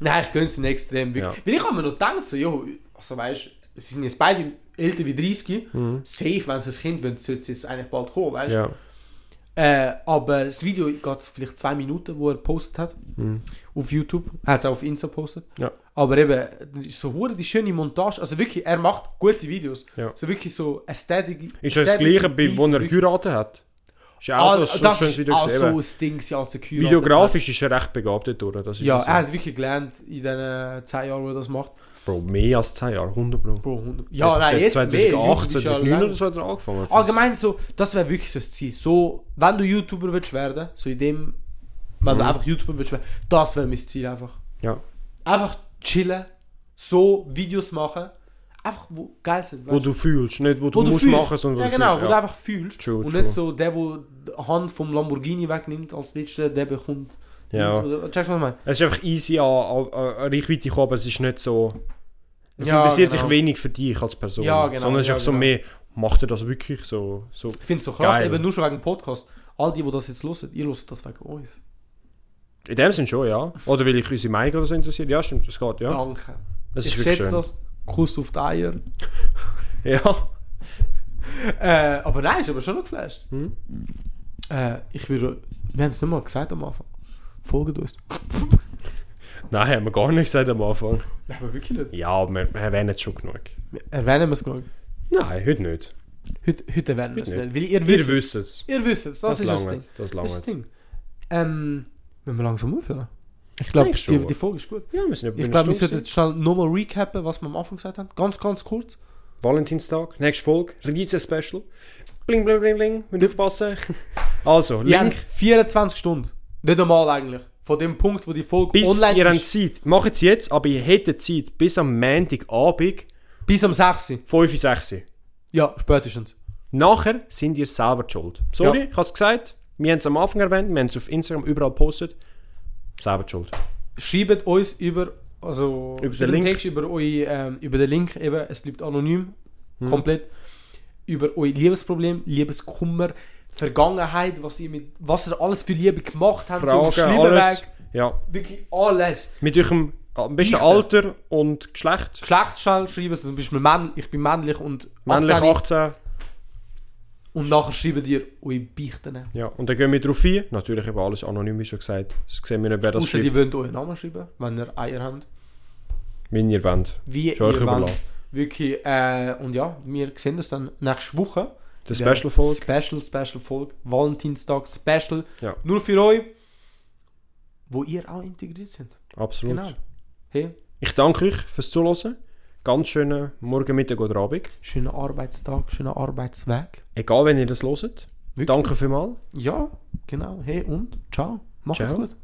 Nein, ich gönn's ihnen extrem. Wirklich. Ja. Weil ich habe mir noch gedacht, so, jo, also weißt du, sie sind jetzt beide älter wie 30, safe, wenn sie ein Kind wollen, sollte es jetzt eigentlich bald kommen, weißt du. Mhm. Ja. Äh, aber das Video geht vielleicht zwei Minuten, wo er gepostet hat. Mhm. Auf YouTube. Er hat es auch auf Insta gepostet. Ja. Aber eben, so hure die schöne Montage. Also wirklich, er macht gute Videos. Ja. So wirklich so Ästhetik. Ist ja das gleiche, bei, wo er geheiratet hat. Ist ja auch ah, so, so ein das schönes ist Video auch gesehen. so eben. ein Ding, gewesen, als er geheiratet hat. Videografisch ist er recht begabt dort, durch, das ist Ja, so. er hat wirklich gelernt in den zehn Jahren, wo er das macht. Bro, mehr als 10 Jahre, 100 Bro. Bro, 100. Ja, nein, Der jetzt 2008, mehr. YouTube ist ja 2009 lang. oder so hat er angefangen. Allgemein so, das wäre wirklich so das Ziel. So, wenn du YouTuber willst werden, so in dem, wenn Mhm. du einfach YouTuber willst werden, das wäre mein Ziel einfach. Ja. Einfach chillen, so Videos machen, einfach wo geil sind. Wo weißt du fühlst, nicht wo du, musst fühlst. machen, sondern ja, wo genau, du wo fühlst. du Ja. einfach fühlst. True, und true. nicht so der, wo die Hand vom Lamborghini wegnimmt als letzter, der bekommt. Ja. nimmt Oder, checkst du, was ich meine? Es ist einfach easy an, an, an Reichweite gekommen, aber es ist nicht so... Es Ja, interessiert genau. sich wenig für dich als Person. Ja, genau, Sondern es ist ja, einfach so genau. mehr, macht er das wirklich so... so. Ich finde es so krass, Geil. eben nur schon wegen dem Podcast. All die, die das jetzt hören, ihr hört das wegen uns. In dem Sinn schon, ja. Oder weil ich unsere Meinung oder so interessiert. Ja, stimmt, das geht, ja. Danke. Das ich ist wirklich schätze schön. das. Kuss auf die Eier. Ja. Äh, aber nein, ist aber schon noch geflasht. Hm? Äh, ich würde. Wir haben es nicht mal gesagt am Anfang. Folgt uns. Nein, haben wir gar nicht gesagt am Anfang. Nein, aber wirklich nicht. Ja, aber wir, wir erwähnen es schon genug. Erwähnen wir es genug. Nein, heute nicht. Heute, heute erwähnen wir es Heute nicht. Weil ihr Wir wisst. wissen es. Ihr wisst es, das, Das ist das Ding. langt, das Das ist langt. das Ding. Ähm, müssen wir langsam aufhören? Ich glaube, denk schon. die, die Folge ist gut. Ja, wir sind Ich über glaube, eine wir Stunde sollten jetzt schnell nochmal recappen, was wir am Anfang gesagt haben. Ganz, ganz kurz. Valentinstag, nächste Folge, Riese-Special. Bling, bling, bling, bling, müsst aufpassen. Also, Ihr habt Link, 24 Stunden. Nicht normal eigentlich. Von dem Punkt, wo die Folge bis online ihr habt ist. Zeit. Macht es jetzt, aber ihr hättet Zeit bis am Montagabend, Bis am 6. Uhr. 5 Uhr, 6 Uhr. Ja, spätestens. Nachher sind ihr selber die schuld. Sorry, Ja. ich habe es gesagt, wir haben es am Anfang erwähnt, wir haben es auf Instagram überall gepostet. Selber die schuld. schreibt uns über also Über den schreibt Link. Text über euch, ähm, über den Link eben es bleibt anonym Hm. komplett über euer Liebesproblem Liebeskummer Vergangenheit was ihr mit was ihr alles für Liebe gemacht habt so Fragen, alles. Ja, wirklich alles mit eurem am besten Dichter. Alter und Geschlecht. Geschlechtsschall schreiben also zum Beispiel Mann ich bin männlich und Männlich 18. 18. und nachher schreibt ihr eure Beichten Ja, und dann gehen wir drauf ein. Natürlich eben alles anonym, wie schon gesagt. Das sehen wir nicht, wer das außer die schreibt, wollen euren Namen schreiben wenn ihr Eier habt wenn ihr wollt. wie Ist euch ihr wollt überlassen. wirklich äh, und ja wir sehen uns dann nächste Woche Der Ja. Special-Folge. Special, Special Folge. Valentinstag Special. Ja. Nur für euch, wo ihr auch integriert sind. Absolut. Genau. Hey, Ich danke euch fürs Zuhören. Ganz schönen Morgen, Mittag oder Abend. schöner Arbeitstag, schöner Arbeitsweg. Egal, wenn ihr das hört. Wirklich? Danke vielmals. Ja, genau. Hey und ciao. Macht's Ciao. gut.